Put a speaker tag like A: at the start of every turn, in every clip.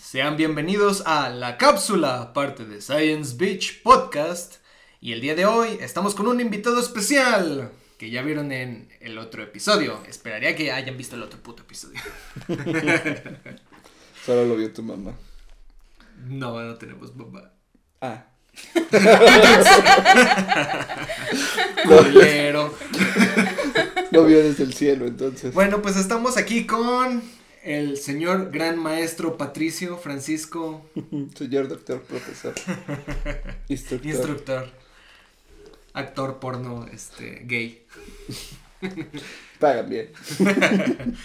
A: Sean bienvenidos a La Cápsula, parte de Science Beach Podcast. Y el día de hoy estamos con un invitado especial que ya vieron en el otro episodio. Esperaría que hayan visto el otro puto episodio.
B: Solo lo vio tu mamá.
A: No, no tenemos papá.
B: Ah.
A: Culero.
B: Lo vio desde el cielo, entonces.
A: Bueno, pues estamos aquí con el señor gran maestro Patricio Francisco,
B: Señor doctor, profesor. Instructor.
A: instructor, actor porno, este, gay.
B: Pagan bien.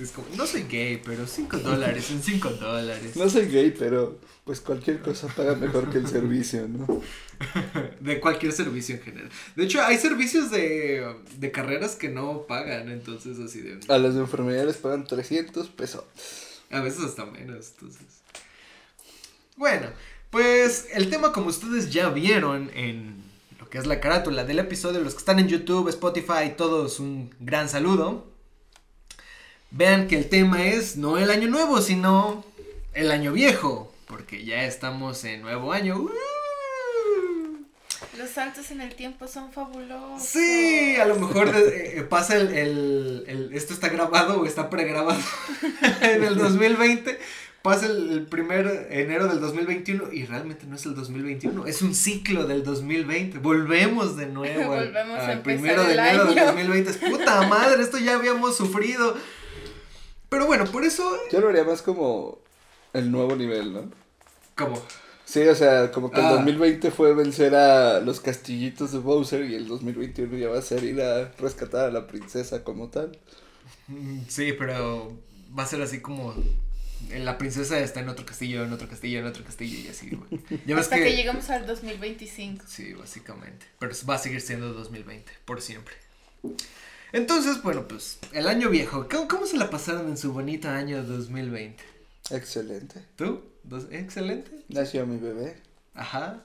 A: Es como, no soy gay, pero cinco dólares, son cinco dólares.
B: No soy gay, pero pues cualquier cosa paga mejor que el servicio, ¿no?
A: De cualquier servicio en general. De hecho, hay servicios de, de carreras que no pagan, entonces así de...
B: A los de enfermería les pagan 300 pesos.
A: A veces hasta menos, entonces. Bueno, pues el tema como ustedes ya vieron en lo que es la carátula del episodio, los que están en YouTube, Spotify, todos un gran saludo. Vean que el tema es no el año nuevo, sino el año viejo, porque ya estamos en nuevo año. ¡Uh!
C: Los saltos en el tiempo son fabulosos.
A: Sí, a lo mejor de- eh, pasa el, el- el- esto está grabado o está pregrabado en el 2020, pasa el, el primer enero del 2021 y realmente no es el 2021, es un ciclo del 2020, volvemos de nuevo al,
C: Volvemos a
A: al
C: empezar
A: primero de
C: el
A: enero del
C: año.
A: 2020, es puta madre, esto ya habíamos sufrido, pero bueno, por eso,
B: Yo lo haría más como el nuevo nivel, ¿no?
A: como,
B: Sí, o sea, como que el
A: Ah.
B: 2020 fue vencer a los castillitos de Bowser y el 2021 ya va a ser ir a rescatar a la princesa como tal.
A: mm, sí, pero va a ser así como... eh, La princesa está en otro castillo, en otro castillo, en otro castillo y así, güey. Ya ves
C: Hasta que... llegamos al 2025.
A: Sí, básicamente. Pero va a seguir siendo 2020, por siempre. Entonces, bueno, pues, el año viejo. ¿Cómo, cómo se la pasaron en su bonito año 2020?
B: Excelente.
A: ¿Tú? Dos- ¿Excelente?
B: Nació mi bebé.
A: Ajá.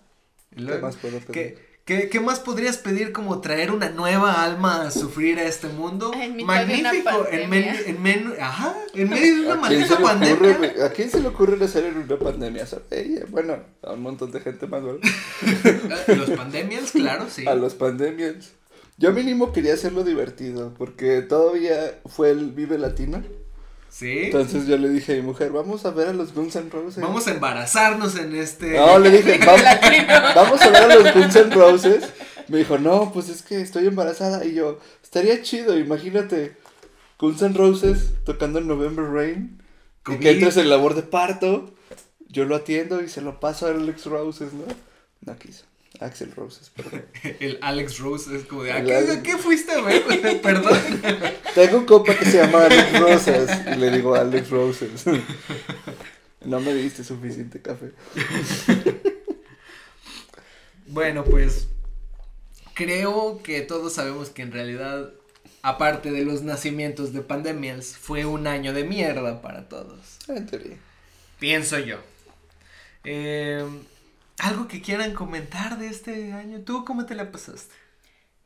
A: ¿Y
B: ¿Qué
A: luego?
B: más puedo pedir?
A: ¿Qué, qué, qué más podrías pedir como traer una nueva alma a sufrir a este mundo?
C: En mitad de una
A: Magnífico. En, men-
C: pandemia.
A: en men- ajá, en medio de una
B: ¿A quién
A: maldita
B: se le
A: pandemia.
B: ocurre, güey? ¿A quién se le ocurre hacer en una pandemia? O sea, ella, bueno, a un montón de gente más, güey.
A: Ah, Los pandemias, claro, sí.
B: A los pandemias. Yo mínimo quería hacerlo divertido, porque todavía fue el Vive Latino.
A: Sí.
B: Entonces yo le dije a mi mujer, vamos a ver a los Guns N' Roses.
A: Vamos a embarazarnos en este...
B: No, le dije,
C: Vive
B: "Vam-
C: Latino".
B: vamos a ver a los Guns N' Roses. Me dijo, no, pues es que estoy embarazada. Y yo, estaría chido, imagínate. Guns N' Roses tocando en November Rain. Y
A: Covid.
B: que entres en labor de parto. Yo lo atiendo y se lo paso a Alex Roses, ¿no? No quiso. Axel Roses, perdón.
A: El Alex Rose es como de, ¿a
B: El
A: qué,
B: Alex-
A: a qué fuiste a ver? Perdón.
B: Tengo un copa que se llama Alex Roses. Y le digo Alex Roses. No me diste suficiente café.
A: Bueno, pues creo que todos sabemos que en realidad, aparte de los nacimientos de pandemias, fue un año de mierda para todos.
B: En teoría.
A: Pienso yo. Eh, algo que quieran comentar de este año. ¿Tú cómo te la pasaste?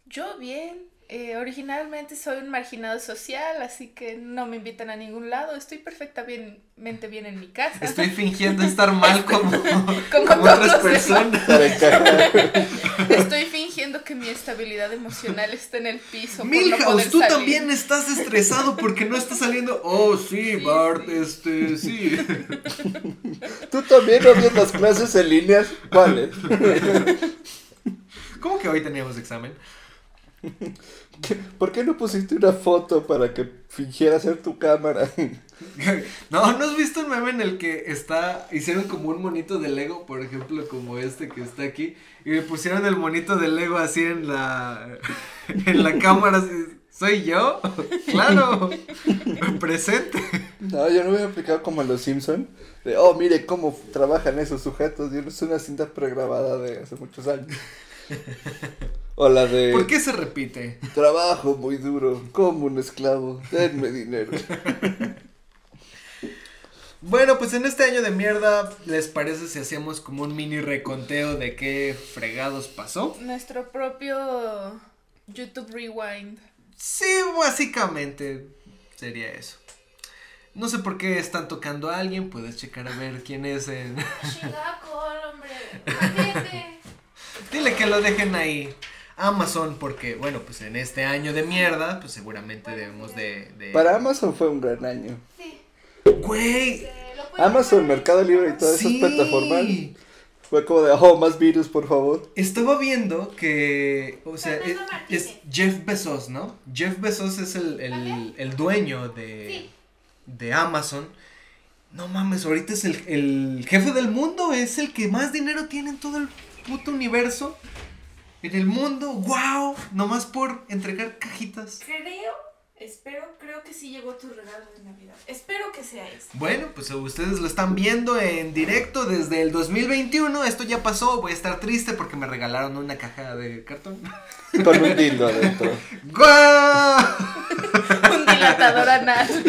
C: Yo bien. eh, originalmente soy un marginado social, así que no me invitan a ningún lado. Estoy perfectamente bien en mi casa.
A: Estoy fingiendo estar mal como, como
C: todos
A: otras
C: los demás.
A: personas.
B: Para encajar.
C: Estoy fingiendo que mi estabilidad emocional está en el piso. por no
A: Milhouse,
C: poder
A: tú
C: salir.
A: también estás estresado porque no está saliendo. Oh, sí,
C: Sí,
A: Bart,
C: sí.
A: este, sí.
B: Tú también odias las clases en líneas. Vale.
A: ¿Cómo que hoy teníamos examen?
B: ¿Por qué no pusiste una foto para que fingiera ser tu cámara?
A: No, ¿no has visto un meme en el que está, hicieron como un monito de Lego, por ejemplo, como este que está aquí, y le pusieron el monito de Lego así en la, en la cámara, así, ¿soy yo? Claro, presente.
B: No, yo no hubiera aplicado como a los Simpson. De, oh, mire cómo trabajan esos sujetos. Yo es una cinta pregrabada de hace muchos años. O la de...
A: ¿Por qué se repite?
B: Trabajo muy duro, como un esclavo, denme dinero.
A: Bueno, pues en este año de mierda, ¿les parece si hacemos como un mini reconteo de qué fregados pasó?
C: Nuestro propio YouTube Rewind.
A: Sí, básicamente sería eso. No sé por qué están tocando a alguien, puedes checar a ver quién es en...
D: Chingada col, hombre. Atiende.
A: Dile que lo dejen ahí. Amazon, porque bueno, pues en este año de mierda, pues seguramente debemos de... de-
B: Para Amazon fue un gran año.
D: Sí.
A: Güey.
D: se lo puedes
B: Amazon,
D: dejar ahí.
B: Mercado Libre y todas
A: sí.
B: esas plataformas. Fue como de, oh, más virus, por favor.
A: Estaba viendo que, o sea, es,
D: Fernando
A: es
D: Martínez.
A: Jeff Bezos, ¿no? Jeff Bezos es el, el-
D: ¿También?
A: el dueño de,
D: Sí.
A: de Amazon. No mames, ahorita es el, el jefe del mundo, es el que más dinero tiene en todo el puto universo. En el mundo, wow, nomás por entregar cajitas.
D: Creo, espero, creo que sí llegó tu regalo de Navidad. Espero que sea ese.
A: Bueno, pues ustedes lo están viendo en directo desde el 2021. Esto ya pasó, voy a estar triste porque me regalaron una caja de cartón.
B: Con un dildo adentro.
A: ¡Guau!
C: Un dilatador anal.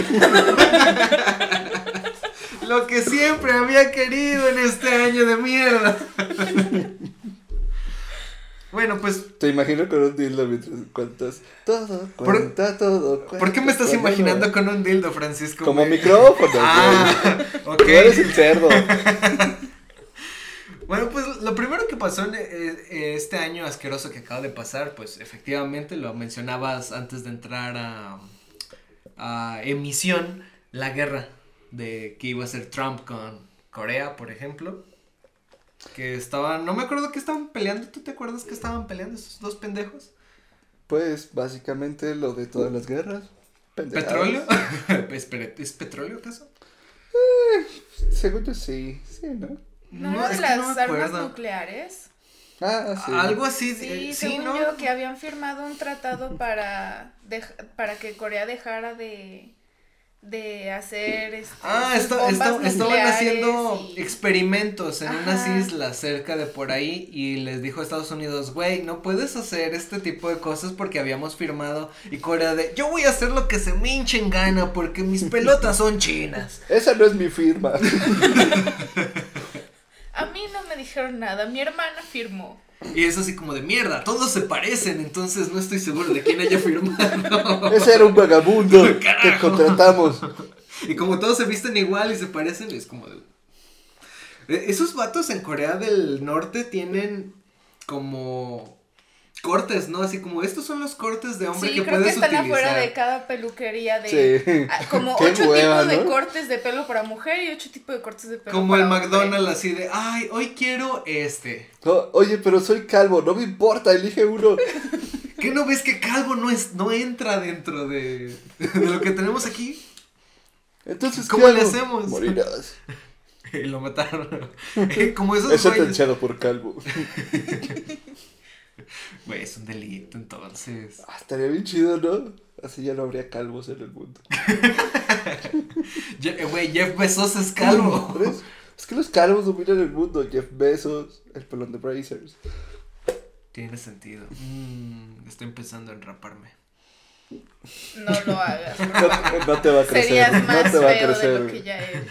A: Lo que siempre había querido en este año de mierda. Bueno, pues,
B: Te imagino con un dildo mientras cuentas todo,
A: ¿Por-
B: cuenta todo.
A: ¿por qué me estás imaginando con un dildo, Francisco?
B: Como
A: güey?
B: micrófono. güey.
A: Ah, ok.
B: Tú eres el cerdo.
A: Bueno, pues lo primero que pasó en eh, eh, este año asqueroso que acaba de pasar, pues efectivamente lo mencionabas antes de entrar a, a emisión, la guerra de que iba a ser Trump con Corea, por ejemplo. Que estaban, no me acuerdo que estaban peleando, ¿tú te acuerdas que estaban peleando esos dos pendejos?
B: Pues básicamente lo de todas las guerras. pendejadas.
A: ¿Petróleo? Pues, pero, ¿Es petróleo acaso?
B: Según yo sí, sí, ¿no?
C: No, eran
A: es que
C: las
A: no me
C: armas
A: acuerdo.
C: nucleares.
B: Ah, sí.
A: Algo así,
C: Sí,
A: eh, sí,
C: según
A: ¿no?
C: yo que habían firmado un tratado para dej- para que Corea dejara de de hacer este,
A: Ah,
C: sus
A: esta-
C: bombas
A: esta- estaban
C: nucleares
A: haciendo
C: y-
A: experimentos en unas
C: Ajá.
A: islas cerca de por ahí y les dijo a Estados Unidos, güey, no puedes hacer este tipo de cosas porque habíamos firmado y Corea de, yo voy a hacer lo que se me hinche en gana porque mis pelotas son chinas.
B: Esa no es mi firma.
C: A mí no me dijeron nada, mi hermana firmó.
A: Y es así como de mierda, todos se parecen, entonces no estoy seguro de quién haya firmado.
B: Ese era un vagabundo que
A: Carajo.
B: contratamos.
A: Y como todos se visten igual y se parecen, es como de... Eh, Esos vatos en Corea del Norte tienen como cortes, ¿no? Así como estos son los cortes de hombre
C: Sí,
A: que
C: creo que
A: puedes
C: están
A: utilizar.
C: afuera de cada peluquería de
B: Sí.
C: ah, como
B: Qué
C: ocho
B: hueva,
C: tipos de
B: ¿no?
C: cortes de pelo para mujer y ocho tipos de cortes de pelo
A: Como
C: para
A: el
C: hombre.
A: McDonald's así de, ay, hoy quiero este.
B: O- oye, pero soy calvo, no me importa, elige uno.
A: ¿Qué no ves que calvo no es no entra dentro de, de lo que tenemos aquí?
B: Entonces, ¿qué
A: ¿Cómo le
B: hago?
A: hacemos?
B: Morirás.
A: Y lo mataron. Eh, como esos
B: Eso
A: güeyes.
B: tanchado por calvo.
A: Güey, es un delito, entonces.
B: Ah, estaría bien chido, ¿no? Así ya no habría calvos en el mundo.
A: Je- eh, Güey, Jeff Bezos es calvo.
B: ¿Ves? Es que los calvos dominan el mundo. Jeff Bezos, el pelón de Brazers.
A: Tiene sentido. Mm, estoy empezando a enraparme.
C: No lo hagas. por
B: No,
C: favor.
B: no te va a crecer.
C: Serías más
B: No te
C: feo
B: va a
C: de lo que
B: crecer.
C: ya eres.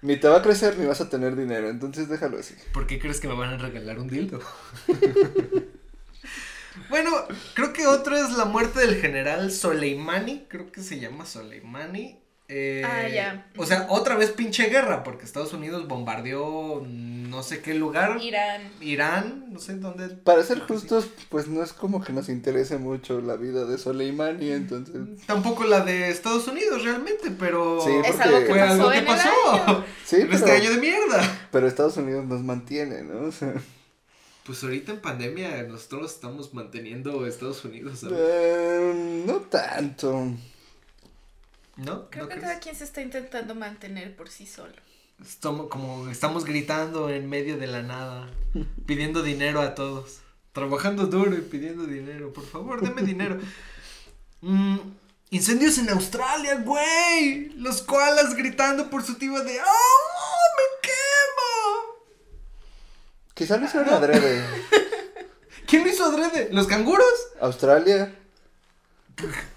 B: Ni te va a crecer ni vas a tener dinero. Entonces déjalo así.
A: ¿Por qué crees que me van a regalar un dildo? bueno, creo que otra es la muerte del general Soleimani. Creo que se llama Soleimani. Eh,
C: Ah, ya.
A: O sea, otra vez pinche guerra, porque Estados Unidos bombardeó no sé qué lugar.
C: Irán.
A: Irán, no sé dónde.
B: Para ser justos, pues no es como que nos interese mucho la vida de Soleimani, entonces...
A: Tampoco la de Estados Unidos realmente, pero
B: Sí,
C: Es
B: porque-
C: algo que
A: fue
C: pasó
A: algo que
C: en el
A: pasó
C: año.
B: Sí,
A: en
B: pero,
A: este año de mierda.
B: pero Estados Unidos nos mantiene, ¿no? O sea,
A: Pues ahorita en pandemia nosotros estamos manteniendo a Estados Unidos, ¿sabes?
B: eh, no tanto.
A: ¿No?
C: Creo
A: ¿No
C: que
A: crees?
C: cada quien se está intentando mantener por sí solo.
A: Estamos, como estamos gritando en medio de la nada, pidiendo dinero a todos, trabajando duro y pidiendo dinero, por favor, deme dinero. Mm, incendios en Australia, güey. Los koalas gritando por su tío de, ¡Oh, me quemo!
B: Quizá lo hicieron adrede.
A: ¿Quién lo hizo adrede? ¿Los canguros?
B: Australia.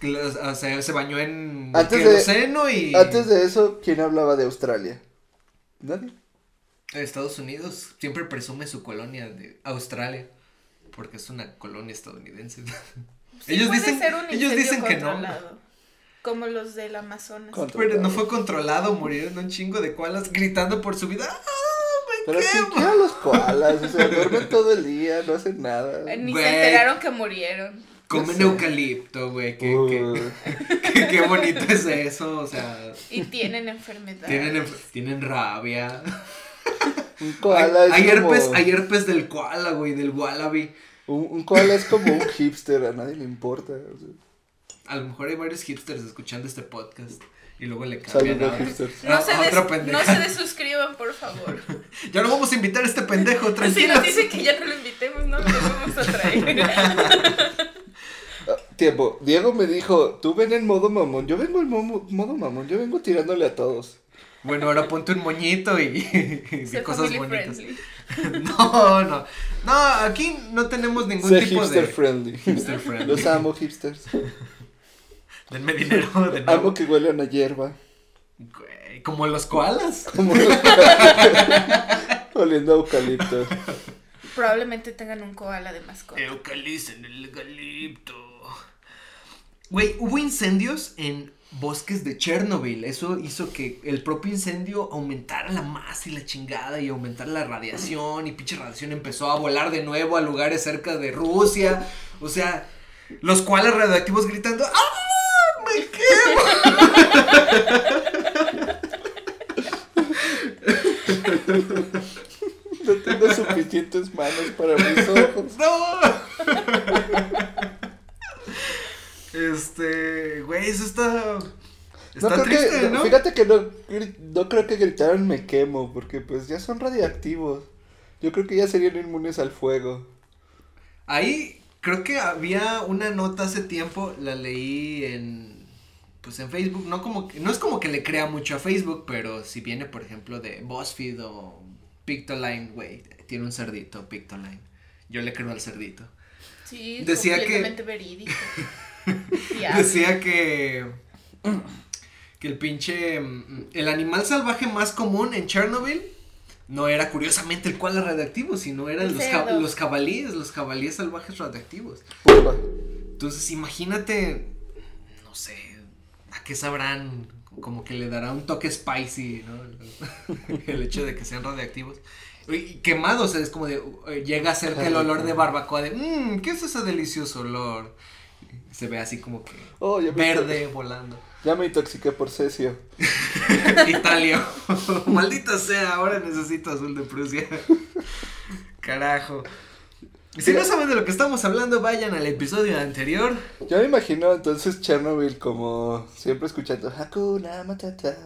A: Los- o sea, se bañó en
B: Antes de-
A: queroseno y...
B: Antes de eso, ¿quién hablaba de Australia? Nadie.
A: Estados Unidos siempre presume su colonia de Australia, porque es una colonia estadounidense.
C: Sí
A: ellos
C: puede
A: dicen,
C: ser un
A: ellos
C: incendio
A: dicen que no.
C: controlado. Como los del Amazonas.
A: Pero no fue controlado, murieron un chingo de koalas gritando por su vida. ¡Ah, me
B: Pero
A: quemo!
B: ¿quién quiere a los koalas? O sea, duermen todo el día, no hacen nada.
C: Eh, Ni
A: Güey.
C: se enteraron que murieron.
A: Comen
B: sé.
A: eucalipto, güey. Qué,
B: Uh,
A: qué- qué- qué bonito es eso. O sea,
C: Y tienen enfermedad.
A: tienen, enf- tienen rabia.
B: Un koala es
A: hay, hay
B: como...
A: herpes, hay herpes del koala, güey, del wallaby.
B: Un, un koala es como un hipster, a nadie le importa. o sea.
A: A lo mejor hay varios hipsters escuchando este podcast. Y luego le cambian a,
B: Saludos, hipsters.
C: No,
A: a-
C: se
A: a otra
C: des- no
A: pendeja.
C: se desuscriban, por favor.
A: Ya no vamos a invitar a este pendejo,
C: Si
A: tranquilo.
C: nos dicen que ya no lo invitemos, no lo vamos a traer.
B: Ah, Tiempo. Diego me dijo, tú ven en modo mamón. Yo vengo en momo- modo mamón, yo vengo tirándole a todos.
A: Bueno, ahora ponte un moñito y, y di
C: Ser
A: cosas
C: family
A: bonitas.
C: friendly.
A: No, no. No, aquí no tenemos ningún
B: Sé
A: tipo
B: hipster
A: de
B: friendly.
A: hipster friend.
B: Los amo, hipsters.
A: Denme dinero de nuevo.
B: Amo que huelan a hierba.
A: Güey, Como los koalas.
B: Como Oliendo a eucalipto.
C: Probablemente tengan un koala de mascota.
A: Eh, Eucalicen el eucalipto. Güey, hubo incendios en bosques de Chernobyl. Eso hizo que el propio incendio aumentara la masa y la chingada y aumentara la radiación. Y pinche radiación empezó a volar de nuevo a lugares cerca de Rusia. O sea, los koalas radioactivos gritando: ¡Ah! ¡Me quemo!
B: No tengo suficientes manos para mis ojos.
A: ¡No! este, güey, eso está.
B: No,
A: Está
B: creo
A: triste,
B: que,
A: ¿no?
B: Fíjate que no, gri- no creo que gritaran me quemo, porque pues ya son radiactivos. Yo creo que ya serían inmunes al fuego.
A: Ahí creo que había una nota hace tiempo, la leí en pues en Facebook, no como que- no es como que le crea mucho a Facebook, pero si viene por ejemplo de BuzzFeed o Pictoline, güey, tiene un cerdito Pictoline. Yo le creo al cerdito.
C: Sí,
A: Decía que-
C: completamente verídico. Ya.
A: Decía que que el pinche mm, el animal salvaje más común en Chernobyl no era curiosamente el cual era radioactivo, sino eran
C: El
A: los, ja-
C: cerdo.
A: los jabalíes, los jabalíes salvajes radioactivos.
B: Pumba.
A: Entonces, imagínate, no sé, a qué sabrán, como que le dará un toque spicy, ¿no? El hecho de que sean radioactivos. Y quemados, es como de, eh, llega cerca el olor de barbacoa, de, mmm, ¿qué es ese delicioso olor? Se ve así como que
B: Oh, ya me,
A: verde volando.
B: ya me intoxiqué por cesio.
A: Italia. Maldita sea, ahora necesito azul de Prusia. Carajo. Si no saben de lo que estamos hablando, vayan al episodio anterior.
B: Yo me imagino entonces Chernobyl como siempre escuchando Hakuna Matata.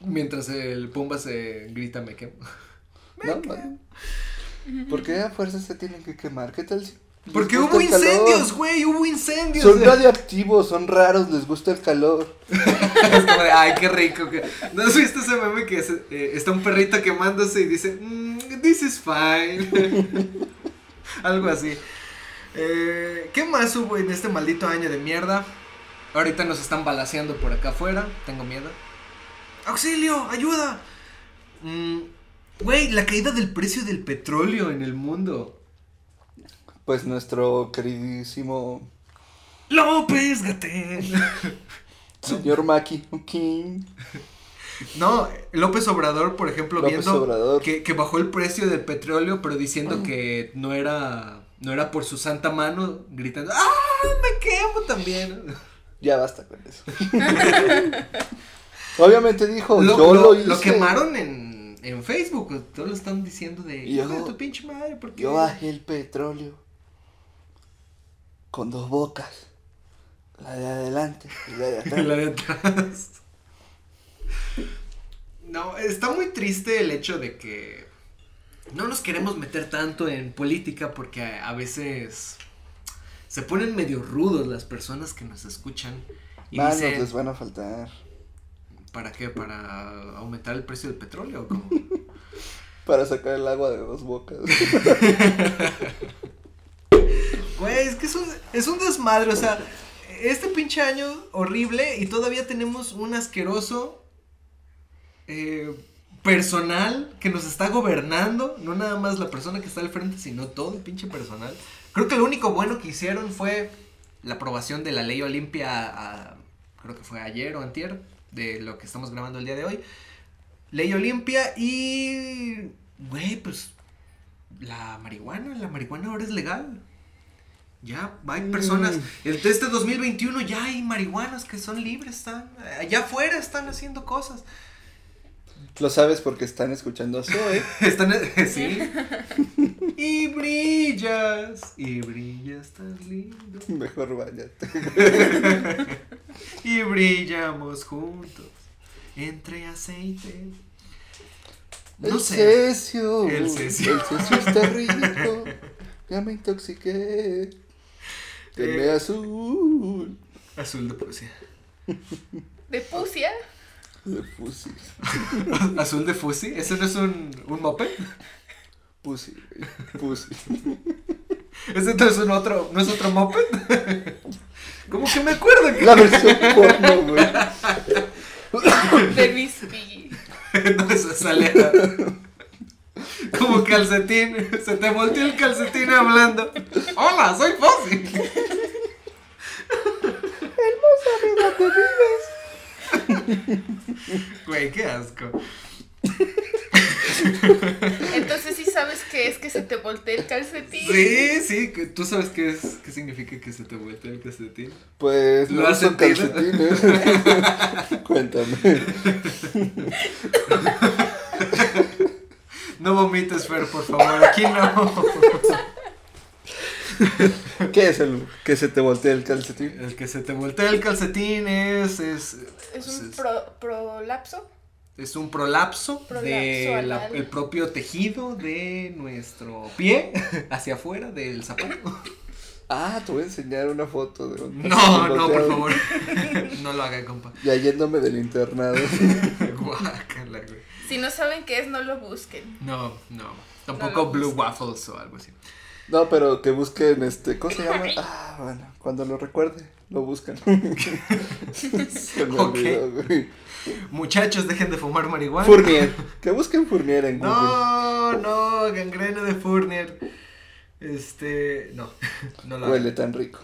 A: Mientras el Pumba se grita me quemo.
B: No, man. ¿Por qué a fuerzas se tienen que quemar? ¿Qué tal si.? les
A: Porque
B: gusta
A: hubo
B: el calor?
A: incendios, güey, hubo incendios.
B: Son radioactivos, son raros, les gusta el calor.
A: Es como de, ay, qué rico. que-". ¿No has visto ese meme que se- eh, está un perrito quemándose y dice, "Mm, this is fine? Algo así. Eh, ¿Qué más hubo en este maldito año de mierda? Ahorita nos están balaseando por acá afuera, tengo miedo. ¡Auxilio! ¡Ayuda! Mm, Güey, la caída del precio del petróleo en el mundo.
B: Pues nuestro queridísimo
A: López Gatel.
B: señor Maki King.
A: No, López Obrador, por ejemplo,
B: López
A: viendo
B: Obrador.
A: Que, que bajó el precio del petróleo, pero diciendo que no era no era por su santa mano, gritando, ¡ah, me quemo también!
B: Ya basta con eso. Obviamente dijo,
A: Lo,
B: Oh, yo lo,
A: lo-
B: hice.
A: lo quemaron en, en Facebook, todos lo están diciendo de,
B: Yo-
A: hijo de tu pinche madre, ¿por qué?
B: Yo ah, bajé el petróleo con dos bocas. La de adelante y la de atrás.
A: La de atrás. No, está muy triste el hecho de que no nos queremos meter tanto en política porque a, a veces se ponen medio rudos las personas que nos escuchan y
B: Manos
A: dicen,
B: les van a faltar.
A: ¿para qué? ¿Para aumentar el precio del petróleo? o cómo?"
B: Para sacar el agua de dos bocas.
A: Güey, es que es un, es un desmadre, o sea, este pinche año horrible y todavía tenemos un asqueroso eh, personal que nos está gobernando, no nada más la persona que está al frente, sino todo el pinche personal. Creo que lo único bueno que hicieron fue la aprobación de la ley Olimpia a, creo que fue ayer o antier, de lo que estamos grabando el día de hoy. Ley Olimpia y, güey, pues la marihuana, la marihuana ahora es legal. Ya hay personas, el de este 2021 ya hay marihuanas que son libres, están allá afuera están haciendo cosas.
B: Lo sabes porque están escuchando a Zoe.
A: Están, sí. y brillas, y brillas tan lindo.
B: Mejor váyate.
A: y brillamos juntos entre aceite. No
B: el
A: sé.
B: cesio.
A: El cesio.
B: El cesio está rico. Ya me intoxiqué. Tenme
A: Eh.
B: azul.
A: Azul de Prusia.
C: De Pusia.
B: De pussy.
A: Azul de Fusi. ¿Ese no es un, un mope?
B: Pussy. güey. Pussy.
A: ¿Ese no es un otro, no es otro mope? ¿Cómo que me acuerdo? Que...
B: La versión porno, güey.
C: De Miss Piggy.
A: no, esa salera. Como calcetín. Se te volteó el calcetín hablando. Hola, soy Fusi.
B: Arriba te vives.
A: Güey, qué asco.
C: Entonces sí sabes que es que se te voltea el calcetín.
A: Sí, sí, que- tú sabes qué, es, qué significa que se te vuelta el calcetín.
B: Pues
A: ¿Lo
B: no
A: has
B: uso
A: sentido?
B: calcetines. Cuéntame.
A: No vomites, Fer, por favor, aquí no.
B: ¿Qué es el que se te voltea el calcetín?
A: El que se te voltea el calcetín es, es,
C: Es un
A: es-
C: pro- prolapso.
A: es un prolapso,
C: Prolapso
A: del
C: anal.
A: propio tejido de nuestro pie hacia afuera del zapato.
B: Ah, te voy a enseñar una foto de un
A: No,
B: calcetín
A: no, por
B: volteado.
A: favor. No lo haga, compa.
B: Ya yéndome del internado.
A: Guácala, güey.
C: Si no saben qué es, no lo busquen.
A: No, no.
C: No
A: Tampoco
C: lo
A: Blue Waffles o algo así.
B: No, pero que busquen este. ¿Cómo se llama? Ah, bueno, cuando lo recuerde, lo buscan. se me
A: Ok.
B: olvidó, güey.
A: Muchachos, dejen de fumar marihuana.
B: Fournier. Que busquen Fournier en Google.
A: No, no, gangrena de Fournier. Este, no, no lo hagan.
B: Huele tan rico.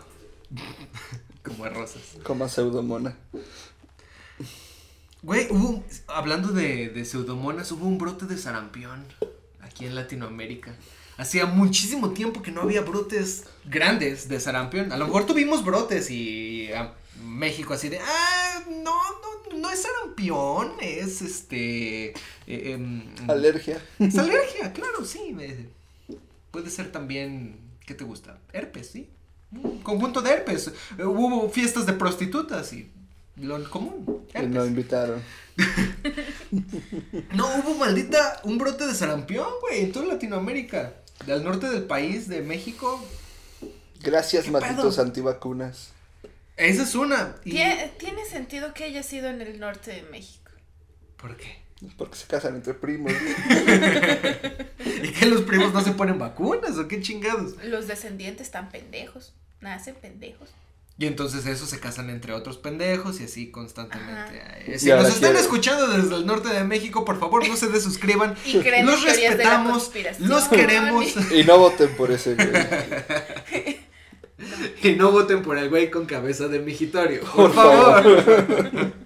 A: como a rosas.
B: Como pseudomona.
A: Güey, hubo, hablando de, de pseudomonas, hubo un brote de sarampión aquí en Latinoamérica. Hacía muchísimo tiempo que no había brotes grandes de sarampión. A lo mejor tuvimos brotes y a México así de, ah, no, no, no es sarampión, es este... eh, em,
B: Alergia.
A: Es alergia, claro, sí. eh, Puede ser también, ¿qué te gusta? Herpes, ¿sí? Un conjunto de herpes. Eh, Hubo fiestas de prostitutas y lo común.
B: Y no
A: Herpes.
B: invitaron.
A: No, hubo maldita un brote de sarampión, güey, en toda Latinoamérica. Del norte del país, de México.
B: Gracias,
A: ¿Qué
B: matitos
A: pedo?
B: antivacunas.
A: Esa es una. y-
C: Tie- tiene sentido que haya sido en el norte de México.
A: ¿Por qué?
B: Porque se casan entre primos.
A: ¿Y que los primos no se ponen vacunas o qué chingados?
C: Los descendientes tan pendejos. Nacen pendejos.
A: Y entonces esos se casan entre otros pendejos y así constantemente. Eh, Si
B: Y
A: nos
B: ahora
A: están
B: quiere-
A: escuchando desde el norte de México, por favor, no se desuscriban.
C: Y creen
A: Los
C: en teorías de la
A: respetamos,
C: conspiración.
A: los queremos
B: Y no voten por ese, güey.
A: y no voten por el güey con cabeza de mijitorio. Por,
B: Por
A: favor.
B: favor.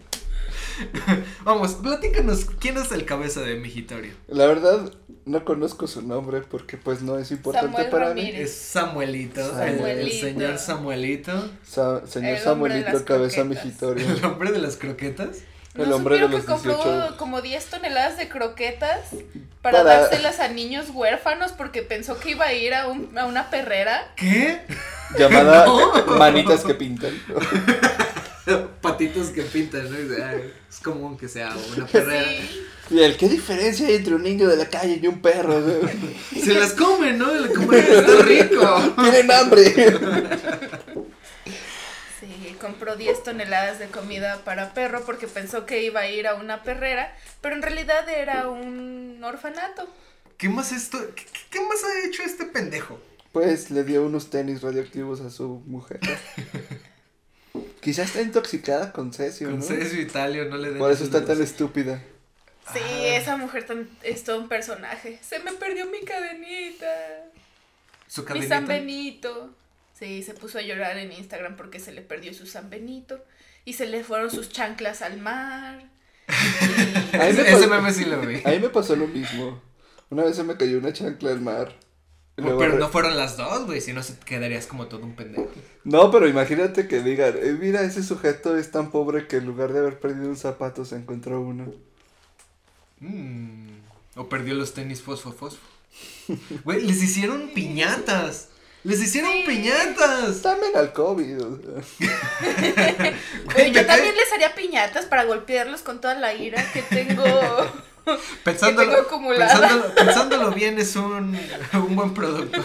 A: Vamos, platícanos quién es el cabeza de mijitorio.
B: La verdad, no conozco su nombre porque pues no es importante
C: Samuel
B: para
C: Ramírez.
A: Es Samuelito, el- El,
C: Samuelito.
A: señor Samuelito,
B: mí. Sa- señor
C: El hombre de las
B: Samuelito Cabeza
C: croquetas.
B: Mijitorio.
A: el hombre de las croquetas.
C: ¿No
B: el hombre de
C: supieron
B: los
C: que compró
B: 18.
C: como 10 toneladas de croquetas para,
B: Para-
C: dárselas a niños huérfanos porque pensó que iba a ir a, un- a una perrera?
A: ¿Qué?
B: Llamada Manitas que Pintan.
A: Patitos que pintan, ¿no? Y dice, "Ay, Es común que sea una perrera.
C: Sí.
B: Y el, ¿qué diferencia hay entre un niño de la calle y un perro? güey?
A: Se las comen, ¿no? Y le comen, está rico.
B: Tienen hambre.
C: Sí, compró 10 toneladas de comida para perro porque pensó que iba a ir a una perrera, pero en realidad era un orfanato.
A: ¿Qué más esto? ¿Qué, qué- qué más ha hecho este pendejo?
B: Pues le dio unos tenis radioactivos a su mujer. Quizás está intoxicada con cesio,
A: Con
B: ¿no?
A: Cesio Italio no le den
B: Por eso
A: esos
B: está tan estúpida.
C: Sí,
A: Ah.
C: esa mujer tan, es todo un personaje. Se me perdió mi cadenita.
A: Su
C: Mi
A: cadenita.
C: San Benito. Sí, se puso a llorar en Instagram porque se le perdió su San Benito. y se le fueron sus chanclas al mar.
B: A mí me
A: Ese,
B: pas-
A: ese meme sí lo vi.
B: A mí me pasó lo mismo. Una vez se me cayó una chancla al mar. Y luego
A: Oh, Pero
B: re-
A: no fueron las dos, güey, si no se- quedarías como todo un pendejo.
B: No, pero imagínate que digan, "Eh, mira, ese sujeto es tan pobre que en lugar de haber perdido un zapato se encontró uno.
A: Mm, O perdió los tenis fosfo fosfo. Güey, les hicieron piñatas. Les hicieron
D: Sí.
A: piñatas.
B: También al COVID. o sea.
A: me
C: Güey, yo también
A: cae-
C: les haría piñatas para golpearlos con toda la ira que tengo.
A: Pensándolo,
C: que tengo acumulada.
A: pensándolo- pensándolo bien es un, un buen producto.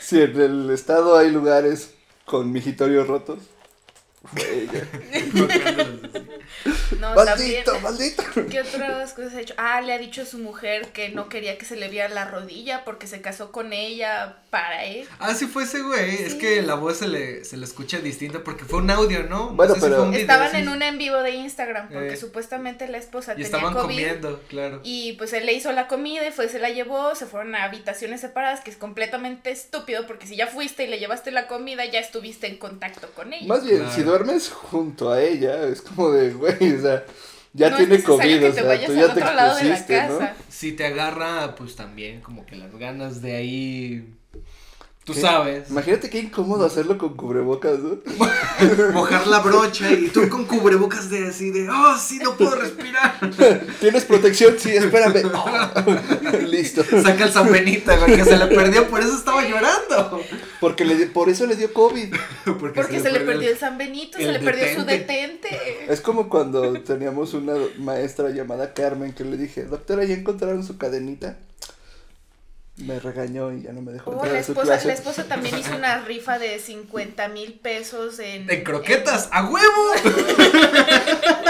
B: Si en el estado hay lugares con mijitorios rotos. güey, ya.
C: No, también.
B: maldito, maldito.
C: ¿Qué otras cosas ha hecho? Ah, le ha dicho a su mujer que no quería que se le viera la rodilla porque se casó con ella para él.
A: Ah, sí fue ese güey. Es que la voz se le, se le escucha distinta porque fue un audio, ¿no? No
B: Bueno,
A: sé si
B: pero-
A: fue un video,
C: Estaban
A: sí.
C: en un en vivo de Instagram porque
A: Eh.
C: supuestamente la esposa
A: Y
C: tenía
A: estaban
C: COVID.
A: comiendo, claro.
C: Y pues él le hizo la comida y fue, se la llevó, se fueron a habitaciones separadas, que es completamente estúpido porque si ya fuiste y le llevaste la comida, ya estuviste en contacto con ella.
B: Más bien,
A: Claro.
B: si duermes junto a ella, es como de, güey, o sea, ya
C: No es
B: tiene
C: necesario
B: COVID,
C: que
B: o
C: te
B: sea,
C: vayas
B: tú
C: al
B: ya te
C: otro lado de la
B: expusiste, ¿no?
C: casa.
A: Si te agarra, pues también como que las ganas de ahí. Tú
B: ¿Qué?
A: sabes.
B: Imagínate qué incómodo hacerlo con cubrebocas, ¿no?
A: mojar la brocha y tú con cubrebocas de así de, oh, sí, no puedo respirar.
B: ¿Tienes protección? Sí, espérame. Listo.
A: Saca el San Benito, güey, que se le perdió, por eso estaba llorando.
B: Porque le, por eso le dio COVID.
A: Porque,
C: porque se, le perdió el San Benito, se
A: el
C: le perdió su detente.
B: Es como cuando teníamos una do- maestra llamada Carmen que le dije, doctora, ¿ya encontraron su cadenita? Me regañó y ya no me dejó
C: Oh,
B: entrar
C: la,
B: a su
C: esposa,
B: clase.
C: la esposa también hizo una rifa de 50 mil pesos en...
A: ¡En croquetas! ¡A huevo!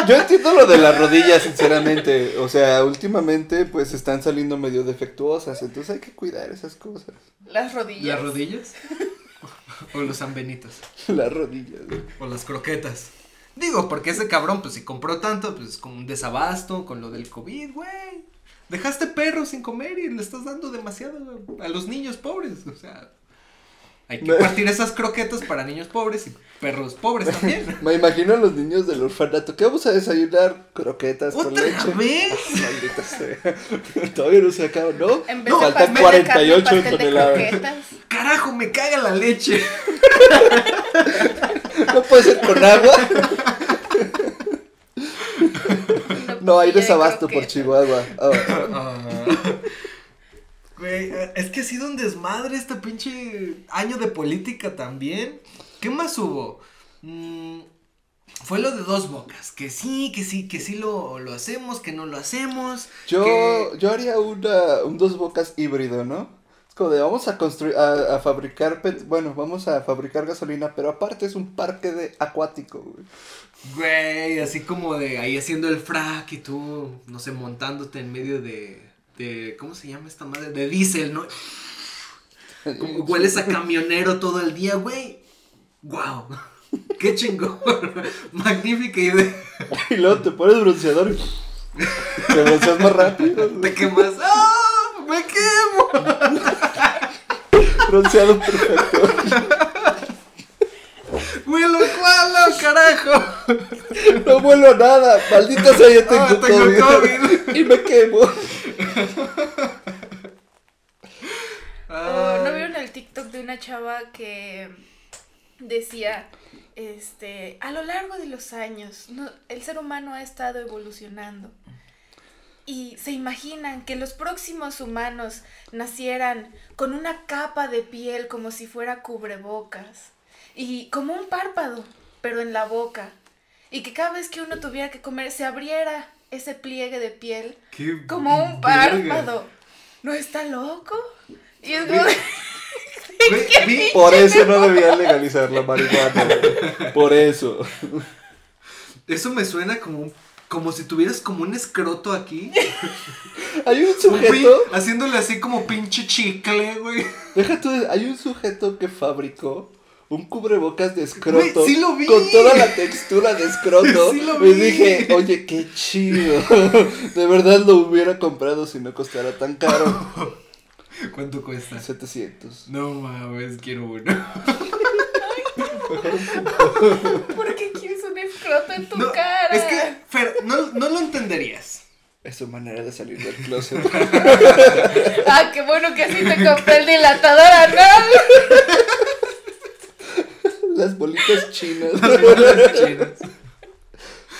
B: Yo entiendo lo de las rodillas, sinceramente. O sea, últimamente pues están saliendo medio defectuosas, entonces hay que cuidar esas cosas.
C: en las rodillas.
A: ¿Las rodillas? O los sanbenitos.
B: Las rodillas. güey.
A: O las croquetas. Digo, porque ese cabrón, pues si compró tanto, pues con un desabasto, con lo del COVID, güey. Dejaste perros sin comer y le estás dando demasiado a los niños pobres. O sea, hay que
B: Me-
A: partir esas croquetas para niños pobres y perros pobres también.
B: Me imagino a los niños del orfanato. ¿Qué vamos a desayunar? Croquetas con
A: ¿Otra
B: leche.
A: vez?
B: Maldita sea. Todavía no se acaba, ¿no?
C: En vez
A: No,
C: de
B: faltan
C: pastel de carne,
B: 48
C: pastel de
B: toneladas.
C: croquetas.
A: Carajo, me caga la leche.
B: No puede ser con agua.
C: Una
B: No, hay
C: tortilla de
B: desabasto por
C: croquetas.
B: Chihuahua. Ah,
A: Ah. Güey, eh, es que ha sido un desmadre este pinche año de política también. ¿Qué más hubo? Mm, fue lo de dos bocas. Que sí, que sí, que sí lo, lo hacemos, que no lo hacemos.
B: yo,
A: que-
B: yo haría una, un dos bocas híbrido, ¿no? Es como de vamos a construir, a, a fabricar, pet- bueno, vamos a fabricar gasolina, pero aparte es un parque de acuático, güey.
A: Güey, así como de ahí haciendo el frac y tú, no sé, montándote en medio de. de ¿Cómo se llama esta madre? De diésel, ¿no? Como hueles a camionero todo el día, güey. ¡Guau! ¡Qué chingón! Magnífica idea.
B: Y luego te pones bronceador y te bronceas más rápido, güey.
A: Te quemas. ¡Ah! ¡Me quemo!
B: bronceado perfecto.
A: ¡Güey, lo cual, carajo!
B: No vuelo a nada, maldita sea, ya tengo,
A: Ah, tengo COVID.
B: Y me quemo.
C: Oh, ¿No vieron el TikTok de una chava que decía, este, a lo largo de los años, no- el ser humano ha estado evolucionando? Y se imaginan que los próximos humanos nacieran con una capa de piel como si fuera cubrebocas y como un párpado, pero en la boca. Y que cada vez que uno tuviera que comer se abriera ese pliegue de piel
A: Qué
C: como un
A: verga.
C: párpado. ¿No está loco? Y es como de-
A: Güey, vi-
B: Por eso no debían legalizar la marihuana. güey. Por eso.
A: eso me suena como un- Como si tuvieras como un escroto aquí.
B: Hay un
A: Un pin-
B: sujeto.
A: haciéndole así como pinche chicle, güey.
B: Deja tú, hay un sujeto que fabricó un cubrebocas de escroto
A: Güey, sí lo vi.
B: con toda la textura de escroto.
A: Sí lo
B: Y
A: vi.
B: dije, oye, qué chido. De verdad lo hubiera comprado si no costara tan caro.
A: ¿Cuánto cuesta?
B: 700.
A: No mames, quiero uno.
C: ¿Por qué quiero roto en tu
A: No,
C: cara.
A: Es que, Fer, no, no lo entenderías.
B: Es su manera de salir del closet.
C: Ah, qué bueno que así te compré el dilatador anal.
B: Las bolitas chinas.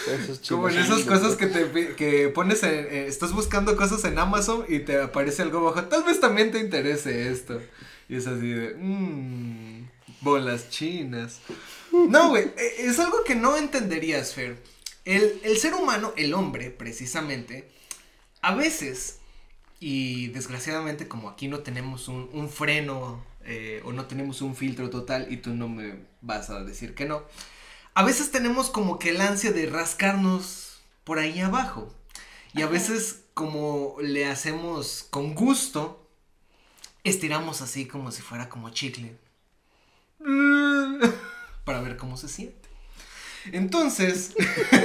B: Esos chinos
A: Como en
B: son
A: esas
B: locos.
A: cosas que te pi- que pones en, eh, estás buscando cosas en Amazon y te aparece algo abajo, tal vez también te interese esto. Y es así de, mmm, bolas chinas. No, güey, e- es algo que no entenderías, Fer. El, el ser humano, el hombre, precisamente, a veces, y desgraciadamente como aquí no tenemos un, un freno eh, o no tenemos un filtro total y tú no me vas a decir que no, a veces tenemos como que el ansia de rascarnos por ahí abajo. Y a veces como le hacemos con gusto, estiramos así como si fuera como chicle. Mm. Para ver cómo se siente. Entonces...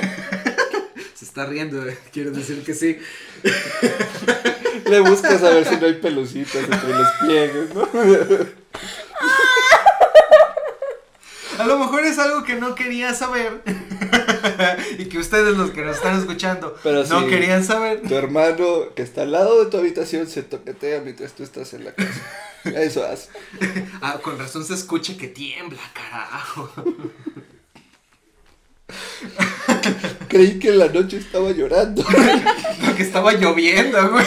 A: se está riendo, quiero decir que sí.
B: Le buscas a ver si no hay pelucitas entre los pliegues, ¿no?
A: A lo mejor es algo que no quería saber. y que ustedes los que nos están escuchando
B: Pero
A: no
B: sí.
A: querían saber.
B: Tu hermano que está al lado de tu habitación se toquetea mientras tú estás en la casa. Eso hace.
A: Ah, con razón se escucha que tiembla, carajo.
B: Creí que en la noche estaba llorando.
A: Porque estaba lloviendo, güey.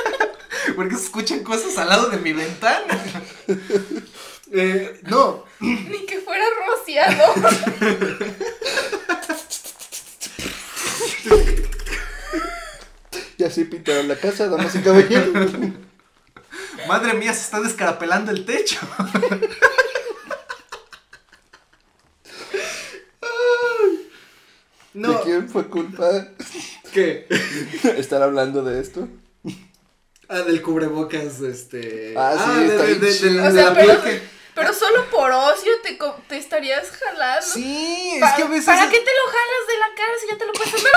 A: Porque se escuchan cosas al lado de mi ventana. Eh, no,
C: Ni que fuera rociado.
B: Y así pintaron la casa, damas y caballeros.
A: madre mía, se está descarapelando el techo. Ay.
B: ¿De
A: No,
B: quién fue culpa
A: ¿qué?
B: estar hablando de esto?
A: Ah, del cubrebocas, este.
B: Ah, sí, está bien chido.
A: la-
C: O sea,
A: la
C: pero,
A: piel que-
C: pero solo por ocio te, co- te estarías jalando.
A: Sí, es
C: Pa-
A: que a veces.
C: ¿Para qué te lo jalas de la cara si ya te lo puedes hacer?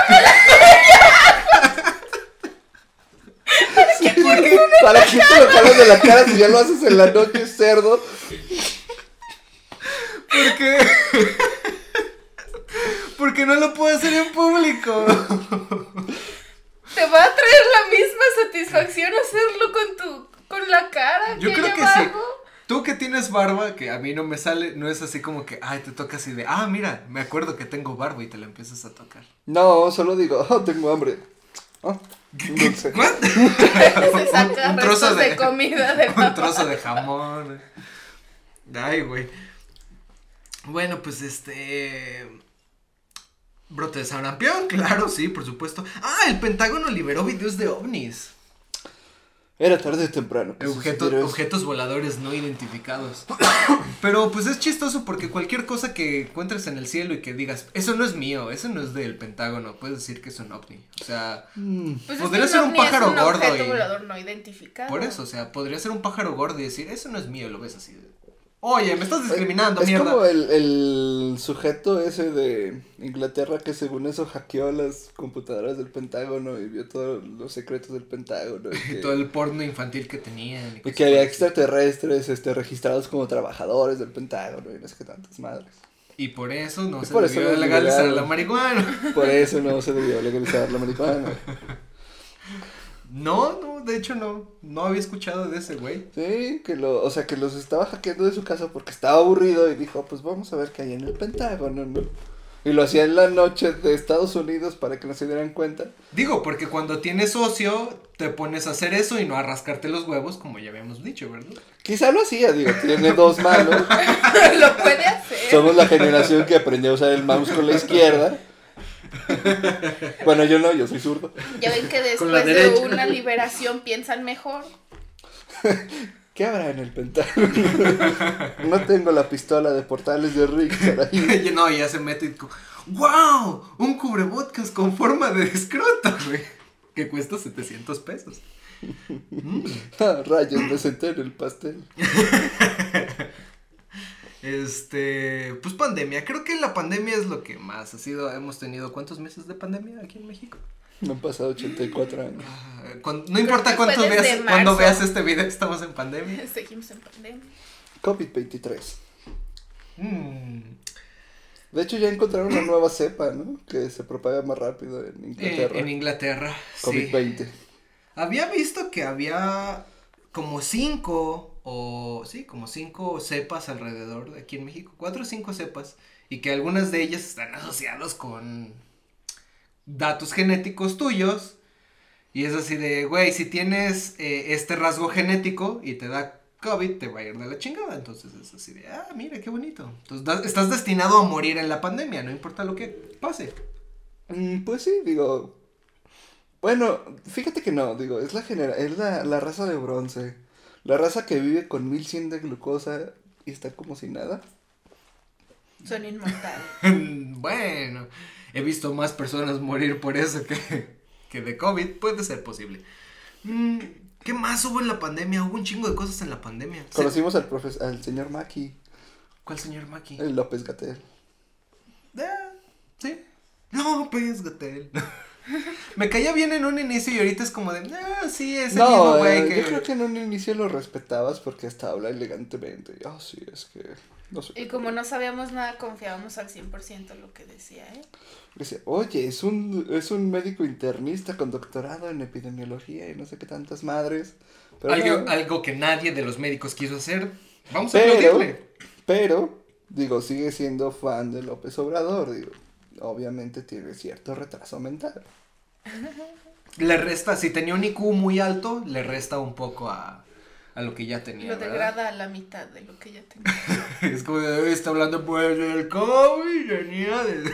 B: ¿Por qué? ¿Para qué te lo jalas de la cara si ya lo haces en la noche, cerdo?
A: ¿Por qué? Porque no lo puedo hacer en público.
C: ¿Te va a traer la misma satisfacción hacerlo con tu con la cara
A: Yo
C: que
A: creo
C: hay
A: que
C: abajo?
A: Tú que tienes barba, que a mí no me sale, no es así como que, ay, te toca así de, ah, mira, me acuerdo que tengo barba y te la empiezas a tocar.
B: No, solo digo, oh, tengo hambre. Oh, un dulce.
A: ¿What?
C: Se saca
A: un trozo
C: restos de...
A: de-
C: comida de
A: un
C: la-
A: trozo de jamón. Ay, güey. Bueno, pues este. Brote de sarampión, claro, sí, por supuesto. Ah, el Pentágono liberó videos de ovnis.
B: Era tarde o temprano. que
A: Objeto-
B: sucediera eso.
A: objetos voladores no identificados. Pero pues es chistoso porque cualquier cosa que encuentres en el cielo y que digas, eso no es mío, eso no es del Pentágono, puedes decir que es un ovni. O sea,
B: Mm,
C: Pues
A: Podría
C: es que
A: ser un
C: ovni es
A: pájaro
C: un
A: gordo
C: objeto
A: y-
C: volador no identificado.
A: por eso, o sea, podría ser un pájaro gordo y decir, eso no es mío, lo ves así. de, Oye, me estás discriminando,
B: Eh, es
A: mierda.
B: como el, el sujeto ese de Inglaterra que según eso hackeó las computadoras del Pentágono y vio todos los secretos del Pentágono. Y
A: Y
B: que,
A: todo el porno infantil que tenían.
B: y que había extraterrestres este, registrados como trabajadores del Pentágono y no sé qué tantas madres.
A: Y por eso no
B: Y
A: se
B: por eso
A: debió
B: los
A: legalizar
B: liberaron.
A: la marihuana.
B: Por eso no se debió legalizar la marihuana.
A: No, no, de hecho no. No había escuchado de ese güey.
B: Sí, que lo, o sea, que los estaba hackeando de su casa porque estaba aburrido y dijo, pues vamos a ver qué hay en el Pentágono, ¿no? Y lo hacía en la noche de Estados Unidos para que no se dieran cuenta.
A: Digo, porque cuando tienes ocio, te pones a hacer eso y no a rascarte los huevos, como ya habíamos dicho, ¿verdad?
B: Quizá lo hacía, digo, tiene dos manos.
C: lo puede hacer.
B: Somos la generación que aprendió a usar el mouse con la izquierda. Bueno, yo no, yo soy zurdo.
C: Ya ven que
A: Con la
C: después de
A: derecha.
C: una liberación piensan mejor.
B: ¿Qué habrá en el Pentágono? No tengo la pistola de portales de Rick, caray.
A: Y no, ya se mete y co- ¡Wow! Un cubrebocas con forma de escroto, güey. Que cuesta 700 pesos. Mm.
B: Ah, rayos, me senté en el pastel.
A: Este, pues pandemia. Creo que la pandemia es lo que más ha sido. Hemos tenido cuántos meses de pandemia aquí en México.
B: Me han pasado 84 años.
A: Ah, cuan- no importa
C: que
A: cuántos
C: fue desde
A: veas, cuando
C: marzo.
A: veas este video, estamos en pandemia.
C: Seguimos en pandemia.
B: COVID-23.
A: Mm.
B: De hecho, ya encontraron una nueva cepa, ¿no? Que se propaga más rápido en
A: Eh,
B: Inglaterra.
A: en Inglaterra. sí.
B: COVID-20.
A: Había visto que había como cinco o sí, como cinco cepas alrededor de aquí en México, cuatro o cinco cepas, y que algunas de ellas están asociadas con datos genéticos tuyos. Y es así de, güey, si tienes eh, este rasgo genético y te da COVID, te va a ir de la chingada. Entonces es así de, ah, mira, qué bonito. Entonces da- estás destinado a morir en la pandemia, no importa lo que pase.
B: Mm, pues sí, digo. Bueno, fíjate que no, digo, es la genera es la, la raza de bronce. La raza que vive con 1100 de glucosa y está como si nada.
C: Son inmortales.
A: bueno, he visto más personas morir por eso que, que de COVID. Puede ser posible. Mm, ¿Qué más hubo en la pandemia? Hubo un chingo de cosas en la pandemia. Se-
B: Conocimos al profes al señor Maki,
A: ¿Cuál señor Maki?
B: el López Gatel.
A: Ah, sí. López Gatel. Me caía bien en un inicio y ahorita es como de. Ah, sí, es el mismo
B: No,
A: güey
B: eh,
A: que.
B: yo creo que en un inicio lo respetabas porque hasta habla elegantemente. Ah, sí, es que. No sé.
C: Y como no sabíamos nada, confiábamos al 100% lo que decía, ¿eh?
B: Decía, oye, es un, es un médico internista con doctorado en epidemiología y no sé qué tantas madres. Pero,
A: Algo,
B: no.
A: algo que nadie de los médicos quiso hacer. Vamos a
B: pero,
A: aplaudirle.
B: pero, digo, sigue siendo fan de López Obrador, digo. Obviamente tiene cierto retraso mental.
A: Le resta, si tenía un IQ muy alto, le resta un poco a, a lo que ya tenía.
C: Lo
A: ¿verdad?
C: degrada a la mitad de lo que ya tenía.
A: Es como de, "Oye, está hablando pues del COVID, venía de...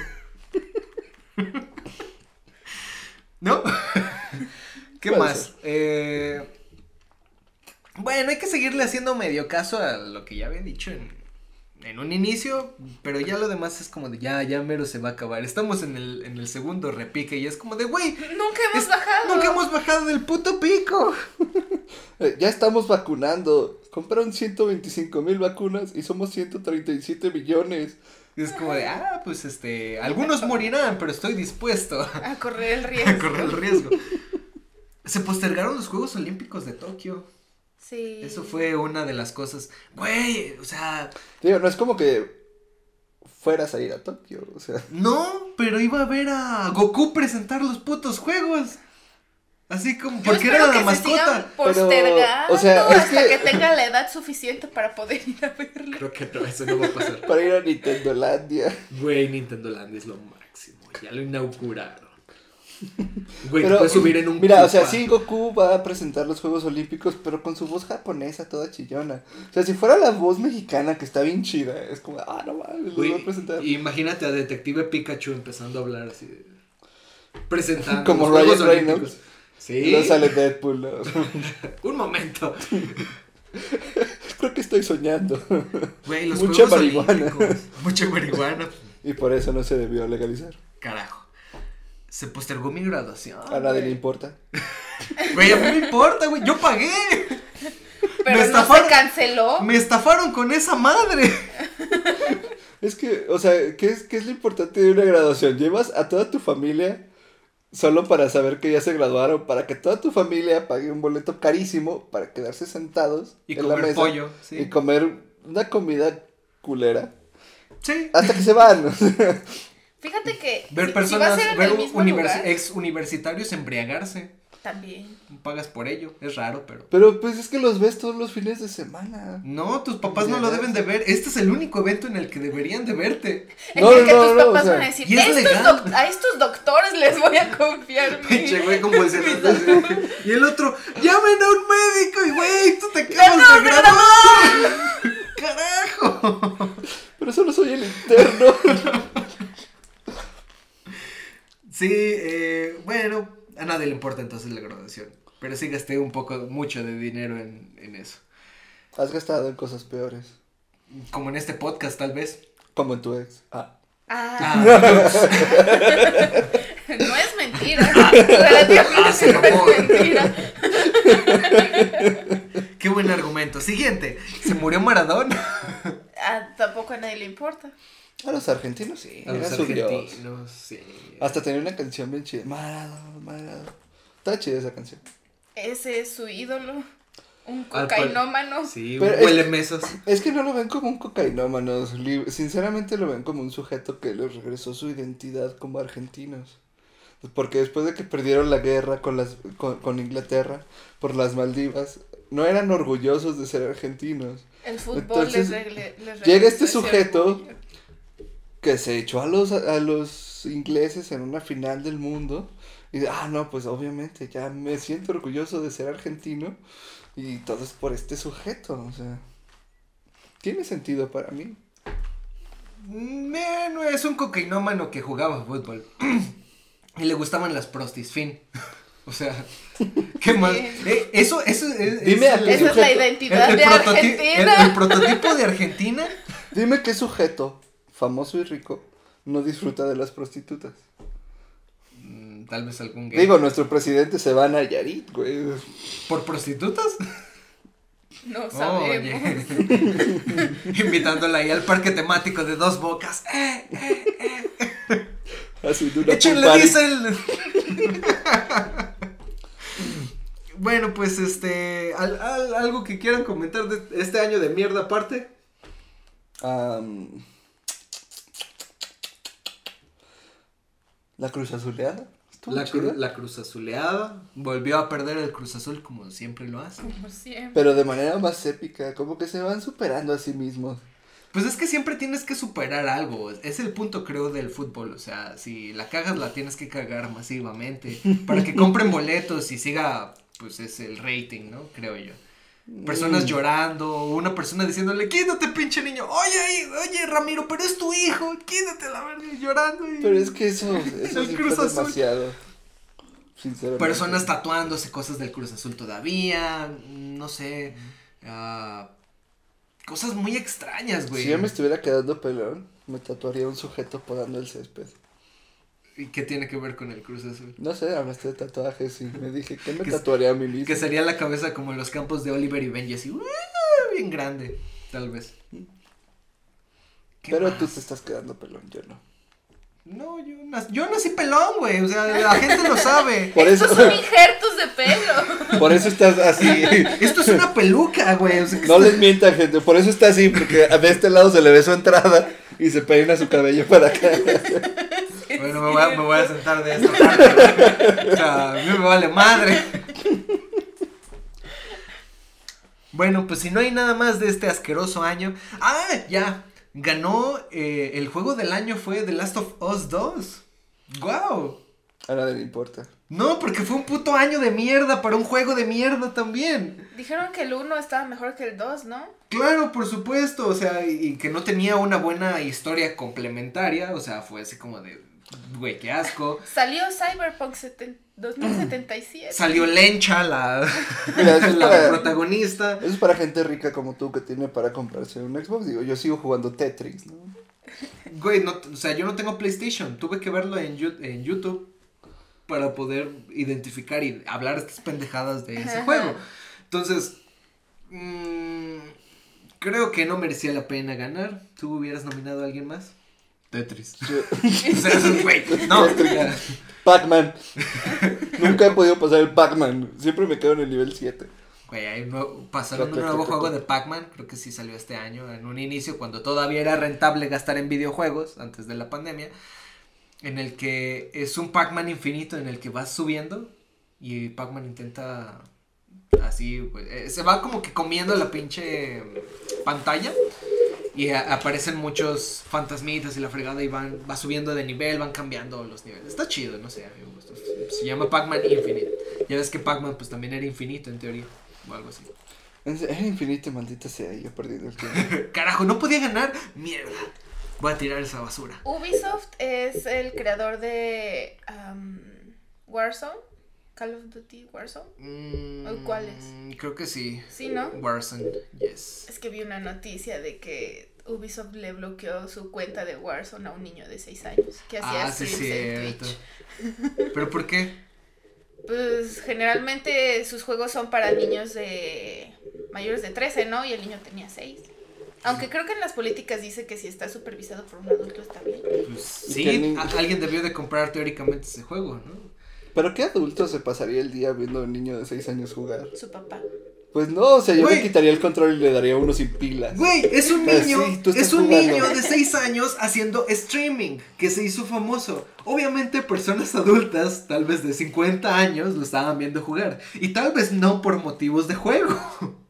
A: ¿No? ¿Qué
B: Puede
A: más?
B: ser.
A: Eh, Bueno, hay que seguirle haciendo medio caso a lo que ya había dicho en, en un inicio, pero ya lo demás es como de, ya, ya mero se va a acabar. Estamos en el, en el segundo repique y es como de, güey,
C: Nunca hemos
A: es-
C: bajado.
A: nunca hemos bajado del puto pico.
B: Eh, ya estamos vacunando. Compraron 125 mil vacunas y somos 137 millones.
A: Y es como de, ah, pues este, algunos morirán, pero estoy dispuesto.
C: A correr el
A: a
C: riesgo.
A: correr el riesgo. Se postergaron los Juegos Olímpicos de Tokio.
C: Sí.
A: Eso fue una de las cosas. Güey, o sea,
B: Digo, no es como que fueras a ir a Tokio, o sea.
A: no, pero iba a ver a Goku presentar los putos juegos. Así como,
C: Yo
A: porque
C: espero
A: era la
C: que
A: mascota.
C: Se sigan
B: Pero,
C: postergando
B: o sea, es
C: hasta
B: que-
C: que... tenga la edad suficiente para poder ir a verlo.
A: Creo que no, eso no va a pasar.
B: Para ir a Nintendo Landia.
A: Güey, Nintendo Land es lo máximo. Ya lo inauguraron. Güey,
B: Pero, Mira, o sea,
A: Koopa.
B: sí, Goku va a presentar los Juegos Olímpicos, pero con su voz japonesa toda chillona. O sea, si fuera la voz mexicana, que está bien chida, es como, ah, no mames, los
A: Güey,
B: voy a presentar.
A: Imagínate a Detective Pikachu empezando a hablar así. de- Presentando.
B: Como
A: los Juegos
B: Ryan Reynolds.
A: Olímpicos.
B: Y
A: Sí.
B: luego sale Deadpool. ¿no?
A: Un momento.
B: Creo que estoy soñando.
A: Güey, los
B: Mucha
A: Juegos
B: marihuana.
A: Olímpicos. Mucha marihuana.
B: y por eso no se debió legalizar.
A: Carajo. Se postergó mi graduación.
B: A nadie le importa.
A: Güey, a mí me importa, güey. Yo pagué.
C: Pero no se
A: estafaron.
C: canceló.
A: Me estafaron con esa madre.
B: Es que, o sea, ¿qué es, ¿qué es lo importante de una graduación? Llevas a toda tu familia solo para saber que ya se graduaron, para que toda tu familia pague un boleto carísimo para quedarse sentados
A: Y
B: en la
A: comer
B: mesa
A: pollo. Sí.
B: y comer una comida culera
A: sí.
B: hasta que se van.
C: Fíjate que
A: Ver
C: si- si va
A: personas,
C: a ser en
A: ver
C: el mismo
A: univers-
C: lugar,
A: ex universitarios embriagarse.
C: también.
A: Pagas por ello. Es raro, pero.
B: Pero pues es que los ves todos los fines de semana.
A: No, tus papás no lo deben de ver. Este es el único evento en el que deberían de verte.
B: No,
C: en el que
B: no,
C: tus
B: no, o
C: papás
B: sea,
C: van a decir,
A: y es
C: "Estos
A: legal".
C: doc- a estos doctores les voy a confiar mi-
A: Pinche güey con bolsitas así. Y el otro, llamen a un médico. Y güey, tú te acabas
C: no,
A: de graduar. Carajo.
B: Pero solo soy el interno.
A: Sí, eh, bueno, a nadie le importa entonces la graduación. Pero sí gasté un poco, mucho de dinero en, en eso.
B: Has gastado en cosas peores.
A: Como en este podcast, tal vez.
B: Como en tu ex. Ah.
C: Ah,
A: Ah,
C: no es mentira. Relativamente
A: Ah, se
C: no es
A: mamó.
C: mentira.
A: qué buen argumento. Siguiente, se murió Maradona.
C: Ah, tampoco a nadie le importa.
B: A los argentinos sí.
A: A los
B: era su dios.
A: argentinos, sí.
B: Hasta tenía una canción bien chida. Maradona, Maradona. Está chida esa canción.
C: Ese es su ídolo. Un
A: Al pare-
C: cocainómano.
A: Sí,
B: Pero
A: un
B: es-
A: huele mesas.
B: Es que no lo ven como un cocainómanos. li- Sinceramente lo ven como un sujeto que les regresó su identidad como argentinos. Porque después de que perdieron la guerra con, las, con, con Inglaterra por las Maldivas, no eran orgullosos de ser argentinos.
C: El fútbol
B: Entonces,
C: les, regle- les
B: llega
C: regresa
B: este
C: ese
B: sujeto.
C: orgullo.
B: Que se echó a los, a los ingleses en una final del mundo. Y ah, no, pues obviamente ya me siento orgulloso de ser argentino. Y todo es por este sujeto. O sea, tiene sentido para mí.
A: Mm, eh, no es un cocainómano que jugaba fútbol. y le gustaban las prostis, fin. o sea, ¿qué más? Eh, eso, eso es.
B: Dime
A: es
B: a
A: el-
B: qué
C: Esa es la
B: sujeto.
C: identidad de
A: prototi-
C: Argentina.
A: el- el prototipo de Argentina.
B: Dime qué sujeto, famoso y rico, no disfruta de las prostitutas.
A: Mm, Tal vez algún gay.
B: Digo, nuestro presidente se va a Nayarit, güey.
A: ¿Por prostitutas?
C: No
A: Oye.
C: sabemos.
A: Invitándola ahí al parque temático de dos bocas. ¡Eh!
B: Haciendo una pool
A: ¡Échenle
B: party.
A: diésel! bueno, pues este. al- al- algo que quieran comentar de este año de mierda aparte.
B: Am, la cruz azuleada. estuvo
A: La,
B: chida,
A: cru- la Cruz Azuleada. Volvió a perder el Cruz Azul como siempre lo hace.
C: Como siempre.
B: Pero de manera más épica, como que se van superando a sí mismos.
A: Pues es que siempre tienes que superar algo. Es el punto, creo, del fútbol. O sea, si la cagas, la tienes que cagar masivamente. Para que compren boletos y siga, pues es el rating, ¿no? Creo yo. Personas
B: Mm.
A: llorando, una persona diciéndole, quítate, pinche niño. Oye, ahí, oye, Ramiro, pero es tu hijo. Quítate la verga y llorando. y-
B: Pero es que eso, eso
A: El
B: sí
A: Cruz
B: fue
A: Azul.
B: demasiado. Sinceramente.
A: Personas tatuándose cosas del Cruz Azul todavía. No sé. ah, cosas muy extrañas, güey.
B: Si yo me estuviera quedando pelón, me tatuaría un sujeto podando el césped.
A: ¿Y qué tiene que ver con el Cruz Azul?
B: No sé, hablaste de tatuajes y me dije, ¿qué me
A: Que-
B: tatuaría a mí mismo?
A: Que sería la cabeza como en los campos de Oliver y Benji, así, ¡uh! bien grande, tal vez. ¿Qué
B: Pero
A: más?
B: tú te estás quedando pelón, yo no.
A: No, yo, nac- yo nací pelón, güey, o sea, la gente lo sabe.
B: Por eso,
C: Estos son injertos de pelo.
B: por eso estás así.
A: Esto es una peluca, güey, o sea, que
B: No
A: esto-
B: les mientan, gente. Por eso está así, porque a- de este lado se le ve su entrada y se peina su cabello para acá.
A: Bueno, me voy, a, me voy a sentar de esta parte, güey. O sea, a mí me vale madre. Bueno, pues si no hay nada más de este asqueroso año. ¡Ah! Ya. Ganó. eh, el juego del año fue The Last of Us 2. ¡Guau!
B: A nadie le importa.
A: No, porque fue un puto año de mierda para un juego de mierda también.
C: Dijeron que el uno estaba mejor que el dos, ¿no?
A: Claro, por supuesto, o sea, y, y que no tenía una buena historia complementaria, o sea, fue así como de, güey, qué asco.
C: Salió Cyberpunk seten- 2077.
A: Salió Lencha, la,
B: Mira, eso es
A: la
B: para-
A: protagonista.
B: Eso es para gente rica como tú que tiene para comprarse un Xbox. Digo, yo sigo jugando Tetris, ¿no?
A: Güey, no, o sea, yo no tengo PlayStation, tuve que verlo en, Yu- en YouTube para poder identificar y hablar estas pendejadas de ese
C: Ajá.
A: juego. Entonces, mm, creo que no merecía la pena ganar. ¿Tú hubieras nominado a alguien más? Tetris.
B: Yo-
A: O sea, es un güey, No, ya.
B: Pac-Man. Nunca he podido pasar el Pac-Man. Siempre me quedo en el nivel 7.
A: Güey, hay un nuevo- pasaron un nuevo juego de Pac-Man, creo que sí salió este año, en un inicio cuando todavía era rentable gastar en videojuegos, antes de la pandemia, en el que es un Pac-Man infinito en el que vas subiendo y Pac-Man intenta así, pues, eh, se va como que comiendo la pinche pantalla y a- aparecen muchos fantasmitas y la fregada y van, va subiendo de nivel, van cambiando los niveles. Está chido, no sé, a mí me gustó. Se llama Pac-Man Infinite. Ya ves que Pac-Man pues también era infinito en teoría o algo así.
B: Es es eh, infinito, maldita sea. y Yo he perdido el tiempo.
A: Carajo, no podía ganar. Mierda. Voy a tirar esa basura.
C: Ubisoft es el creador de am, Warzone. Call of Duty Warzone.
A: Mm,
C: ¿Cuál
A: Creo que sí.
C: Sí, ¿no?
A: Warzone, yes.
C: Es que vi una noticia de que Ubisoft le bloqueó su cuenta de Warzone a un niño de 6 años que hacía
A: Ah, sí,
C: streams en
A: cierto.
C: Twitch.
A: ¿Pero por qué?
C: Pues generalmente sus juegos son para niños de mayores de 13, ¿no? Y el niño tenía 6. Aunque creo que en las políticas dice que si está supervisado por un adulto está bien.
A: Pues
B: ¿Y qué
A: sí,
B: ni-
A: a- alguien debió de comprar teóricamente ese juego, ¿no?
B: ¿Pero qué adulto se pasaría el día viendo a un niño de 6 años jugar?
C: Su papá.
B: Pues no, o sea, yo
A: Güey.
B: le quitaría el control y le daría uno sin pilas.
A: Güey, es un
B: Pues
A: niño,
B: sí, tú estás
A: es un
B: jugando.
A: niño de 6 años haciendo streaming, que se hizo famoso. Obviamente personas adultas, tal vez de 50 años, lo estaban viendo jugar. Y tal vez no por motivos de juego.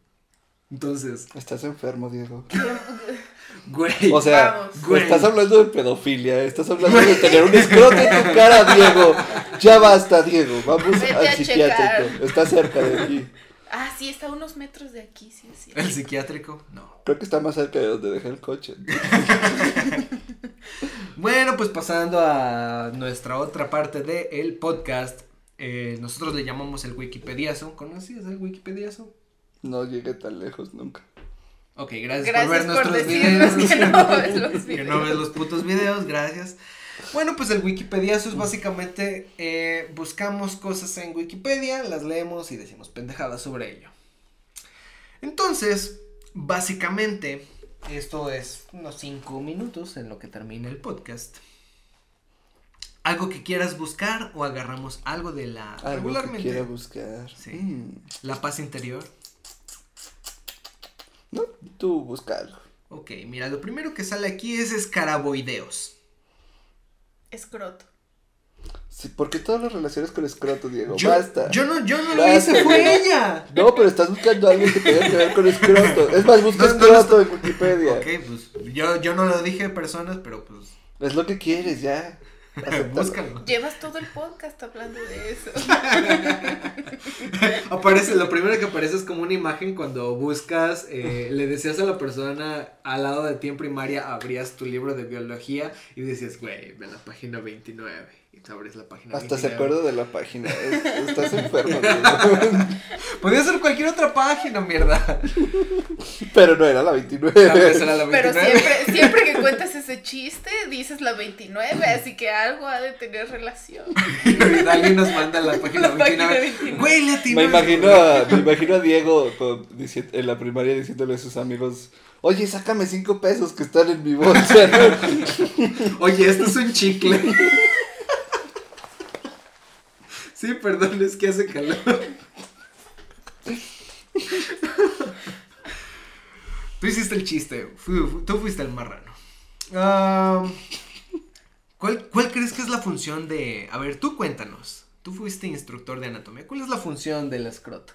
A: Entonces,
B: Estás enfermo, Diego.
A: güey.
B: O sea,
C: Vamos.
A: Güey.
B: estás hablando de pedofilia, eh, estás hablando de tener un escroto en tu cara, Diego. Ya basta, Diego. Vamos
C: Vete a
B: al psiquiátrico.
C: checar.
B: Está cerca de aquí.
C: Ah, sí, está a unos metros de aquí, sí, sí.
A: el psiquiátrico, no.
B: Creo que está más cerca de donde dejé el coche.
A: Bueno, pues pasando a nuestra otra parte del el podcast. eh, nosotros le llamamos el Wikipediazo. ¿Conocías el Wikipediazo?
B: No llegué tan lejos nunca.
A: Ok, gracias, por ver
C: Gracias por,
A: nuestros
C: decirnos
A: videos.
C: que no ves los
A: que no ves
C: videos.
A: los putos videos, gracias. Bueno, pues el Wikipediazo es básicamente eh, buscamos cosas en Wikipedia, las leemos y decimos pendejadas sobre ello. Entonces, básicamente, esto es unos 5 minutos en lo que termina el podcast. Algo que quieras buscar o agarramos algo de la
B: Algo que
A: regularmente.
B: quiera buscar.
A: Sí.
B: Mm.
A: La paz interior.
B: No, tú busca algo.
A: Ok, mira, lo primero que sale aquí es escaraboideos.
C: Escroto.
B: Sí, ¿Por qué todas las relaciones con escroto, Diego?
A: Yo,
B: Basta.
A: yo no, yo no lo
B: Basta.
A: hice, fue ella.
B: No, pero estás buscando algo que tenga que ver con escroto. Es más, busca
A: No, no,
B: escroto en Wikipedia.
A: Ok, pues yo, yo no lo dije personas, pero pues
B: Es lo que quieres, ya. Acéptalo.
A: búscalo.
C: Llevas todo el podcast hablando de eso.
A: Aparece, lo primero que aparece es como una imagen cuando buscas, eh, le decías a la persona al lado de ti en primaria, abrías tu libro de biología y decías, güey, ve a la página 29. Y te abres la página
B: Hasta se
A: 29.
B: acuerda de la página. Es- estás enfermo, Diego.
A: Podría ser cualquier otra página, mierda.
B: Pero no era la
A: Tal vez
B: 29.
A: era la 29.
C: Pero siempre, siempre que cuentas ese chiste, dices la 29, así que algo ha de tener relación.
A: Y alguien nos manda la página
C: La página
A: 29.
C: 29.
A: Güey, latino.
B: Me imagino, a, me imagino a Diego con- dici- en la primaria diciéndole a sus amigos, oye, sácame cinco pesos que están en mi bolsa. ¿no?".
A: Oye, esto es un chicle. Sí, perdón, es que hace calor. Tú hiciste el chiste, fu- fu- tú fuiste el marrano. Ah, ¿cuál, cuál crees que es la función de... A ver, tú cuéntanos. Tú fuiste instructor de anatomía. ¿Cuál es la función del escroto?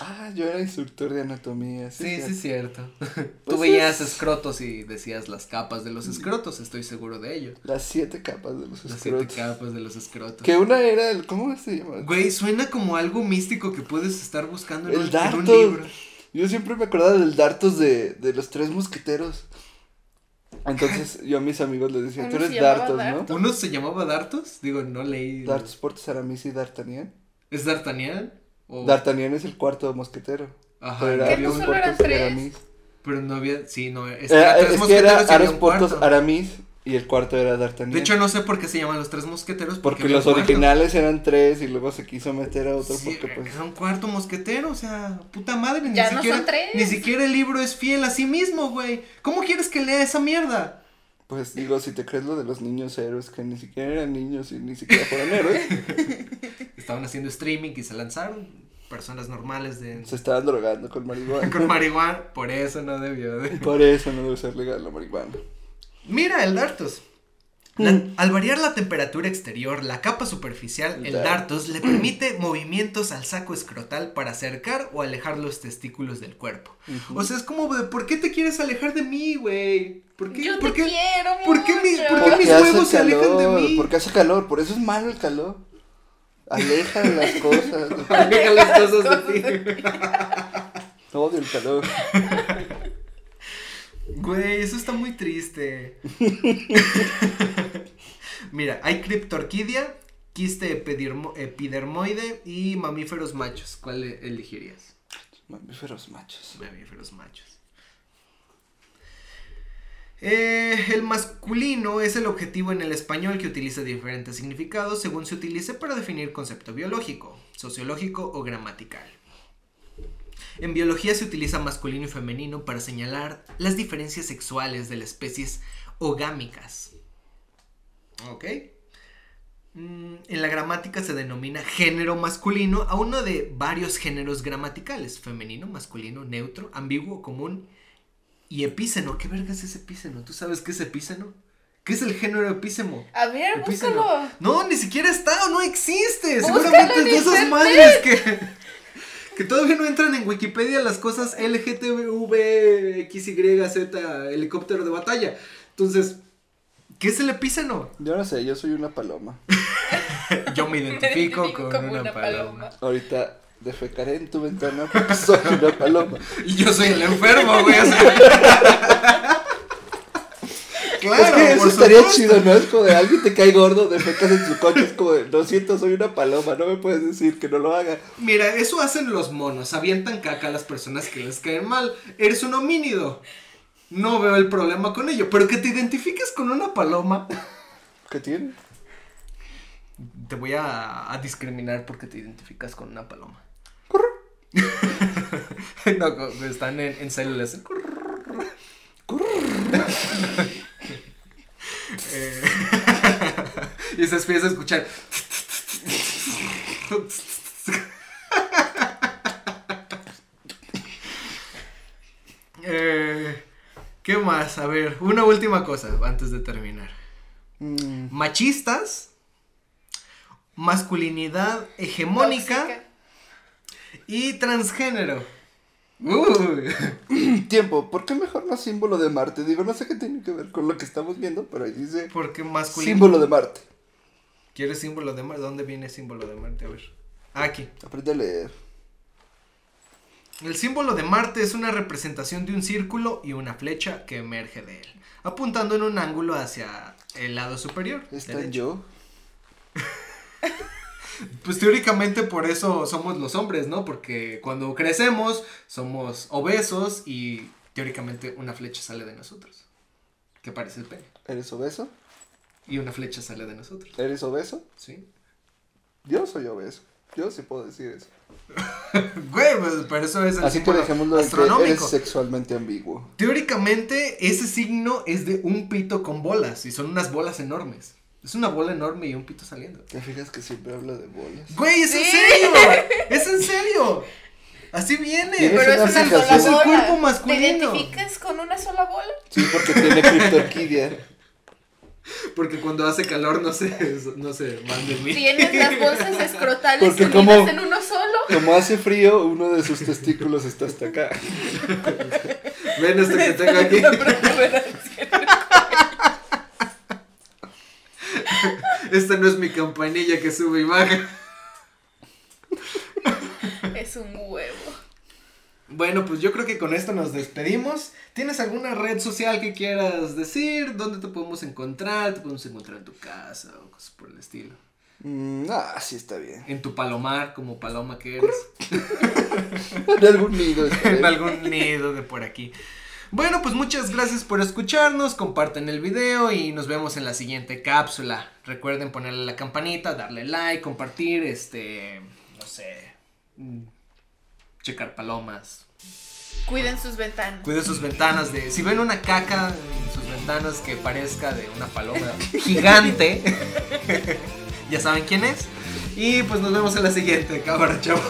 B: Ah, yo era instructor de anatomía. Sí,
A: Sí, sí,
B: sí.
A: es cierto. Tú
B: Pues
A: veías escrotos y decías las capas de los escrotos, estoy seguro de ello.
B: Las siete capas de los
A: Las siete
B: escrotos.
A: capas de los escrotos.
B: Que una era el, ¿cómo se llama?
A: Güey, suena como algo místico que puedes estar buscando en,
B: El
A: un, en
B: dardo.
A: un libro.
B: Yo siempre me acordaba del Dartos de, de los tres mosqueteros. Entonces yo a mis amigos les decía,
C: Uno
B: tú
C: se
B: eres
C: llamaba
B: Dartos,
C: Darto.
B: ¿no?
A: ¿Uno se llamaba Dartos? Digo, no leí.
B: Dartos por Aramis y D'Artagnan.
A: ¿Es D'Artagnan? O-
B: D'Artagnan es el cuarto mosquetero.
A: Ajá,
B: Pero
A: no
B: era
C: ¿Qué, no
A: había un-
B: Aramis,
C: solo
B: Porthos y
C: eran tres?
B: Aramis.
A: pero no había. Sí, no. Es,
B: Era-
A: tres
B: es que
A: mosqueteros
B: era
A: y había
B: Aras
A: un
B: Portos
A: cuarto.
B: Aramis y el cuarto era D'Artagnan.
A: De hecho, no sé por qué se llaman los tres mosqueteros.
B: porque
A: había
B: los
A: un cuarto.
B: originales eran tres y luego se quiso meter a otro
A: Sí,
B: porque pues
A: era un cuarto mosquetero, o sea, puta madre, ni
C: Ya no
A: siquiera.
C: son tres.
A: Ni siquiera el libro es fiel a sí mismo, güey. ¿Cómo quieres que lea esa mierda?
B: pues digo, si te crees lo de los niños héroes que ni siquiera eran niños y ni siquiera fueron héroes,
A: Estaban haciendo streaming y se lanzaron. Personas normales de.
B: se estaban drogando con marihuana.
A: con marihuana, por eso no debió de.
B: Por eso no debe ser legal la marihuana.
A: Mira el Dartos. La- al variar la temperatura exterior, la capa superficial, el
B: Dar-
A: Dartos le permite movimientos al saco escrotal para acercar o alejar los testículos del cuerpo. O sea, es como, de, ¿por qué te quieres alejar de mí, güey? ¿Por qué?
C: Yo
A: ¿por
C: te
A: qué?
C: quiero, mucho.
A: por qué mi- por qué
B: Porque
A: mis
B: hace
A: huevos se alejan de
B: calor,
A: mí?
B: Porque hace calor, por eso es malo el calor. Aleja las cosas.
A: Aleja las cosas de ti.
B: Odio el calor.
A: Güey, eso está muy triste. Mira, hay criptorquidia, quiste epidermo- epidermoide y mamíferos machos. ¿Cuál e- elegirías?
B: Mamíferos machos.
A: Mamíferos machos. Eh, el masculino es el objetivo en el español que utiliza diferentes significados según se utilice para definir concepto biológico, sociológico o gramatical. En biología se utiliza masculino y femenino para señalar las diferencias sexuales de las especies ogámicas. ¿Ok? mm, en la gramática se denomina género masculino a uno de varios géneros gramaticales, femenino, masculino, neutro, ambiguo, común y epíceno. ¿Qué vergas es epíceno? ¿Tú sabes qué es epíceno? ¿Qué es el género epíceno?
C: A ver,
A: Epíceno.
C: búscalo.
A: No, ni siquiera está o no existe.
C: Búscalo
A: Seguramente es
C: en
A: de esas
C: internet.
A: madres que, que todavía no entran en Wikipedia las cosas LGTB, XYZ, helicóptero de batalla. Entonces, ¿qué es el epíceno?
B: Yo no sé, yo soy una paloma.
A: Yo me identifico,
C: identifico
A: con,
C: como
A: una,
C: una
A: paloma.
C: paloma.
B: Ahorita defecaré en tu ventana porque soy una paloma.
A: Y yo soy el enfermo, güey. o sea. claro,
B: es que eso
A: por
B: estaría
A: supuesto.
B: chido, ¿no? Es como de alguien te cae gordo, defecas en su coche, es como de, lo siento, soy una paloma, no me puedes decir que no lo haga.
A: Mira, eso hacen los monos, avientan caca a las personas que les caen mal. Eres un homínido. No veo el problema con ello, pero que te identifiques con una paloma.
B: ¿Qué tiene?
A: Te voy a, a discriminar porque te identificas con una paloma. no, co- están en, en células. Eh, y se empieza a escuchar. Eh, ¿Qué más? A ver, una última cosa antes de terminar.
B: Mm,
A: Machistas, masculinidad hegemónica
C: Tóxica.
A: y transgénero. Uy.
B: Tiempo, ¿por qué mejor no símbolo de Marte? Digo, no sé qué tiene que ver con lo que estamos viendo, pero ahí dice
A: Porque masculino.
B: símbolo de Marte.
A: ¿Quieres símbolo de Marte? ¿Dónde viene símbolo de Marte? A ver. Aquí.
B: Aprende a leer.
A: El símbolo de Marte es una representación de un círculo y una flecha que emerge de él, apuntando en un ángulo hacia el lado superior.
B: Está
A: derecho.
B: yo.
A: Pues teóricamente por eso somos los hombres, ¿no? Porque cuando crecemos somos obesos y teóricamente una flecha sale de nosotros. Que parece el pene.
B: ¿Eres obeso?
A: Y una flecha sale de nosotros,
B: ¿Eres obeso?
A: ¿sí?
B: Yo soy obeso. Yo sí puedo decir eso.
A: Güey, pues por eso es el
B: Así que
A: símbolo
B: dejémoslo en que eres
A: astronómico.
B: sexualmente ambiguo.
A: Teóricamente, ese signo es de un pito con bolas, y son unas bolas enormes. Es una bola enorme y un pito saliendo.
B: ¿Te fijas que siempre habla de bolas?
A: Güey, es en
C: Sí.
A: serio. Es en serio. Así viene.
B: Tienes
C: Pero
B: una
C: es una sola bola.
B: fijación.
A: Es el cuerpo masculino.
C: ¿Te identificas con una sola bola?
B: Sí, porque tiene criptorquidia.
A: Porque cuando hace calor no se, no se van de mí.
C: ¿Tienes las bolsas escrotales
B: Porque
C: unidas
B: como-
C: en uno solo?
B: Como hace frío, uno de sus testículos está hasta acá.
A: Ven esto Este que tengo aquí.
C: La protuberancia.
A: Esta no es mi campanilla que sube y baja.
C: es un huevo.
A: Bueno, pues yo creo que con esto nos despedimos. ¿Tienes alguna red social que quieras decir? ¿Dónde te podemos encontrar? ¿Te podemos encontrar en tu casa o cosas por el estilo?
B: Mm, ah, sí está bien.
A: En tu palomar, como paloma que eres.
B: En algún nido está
A: en
B: bien.
A: algún nido de por aquí. Bueno, pues muchas gracias por escucharnos, comparten el video y nos vemos en la siguiente cápsula. Recuerden ponerle la campanita, darle like, compartir, este, no sé, mm, checar palomas.
C: Cuiden sus ventanas.
A: Cuiden sus ventanas de, si ven una caca en sus ventanas que parezca de una paloma gigante, ya saben quién es. Y pues nos vemos en la siguiente, cámara, chao.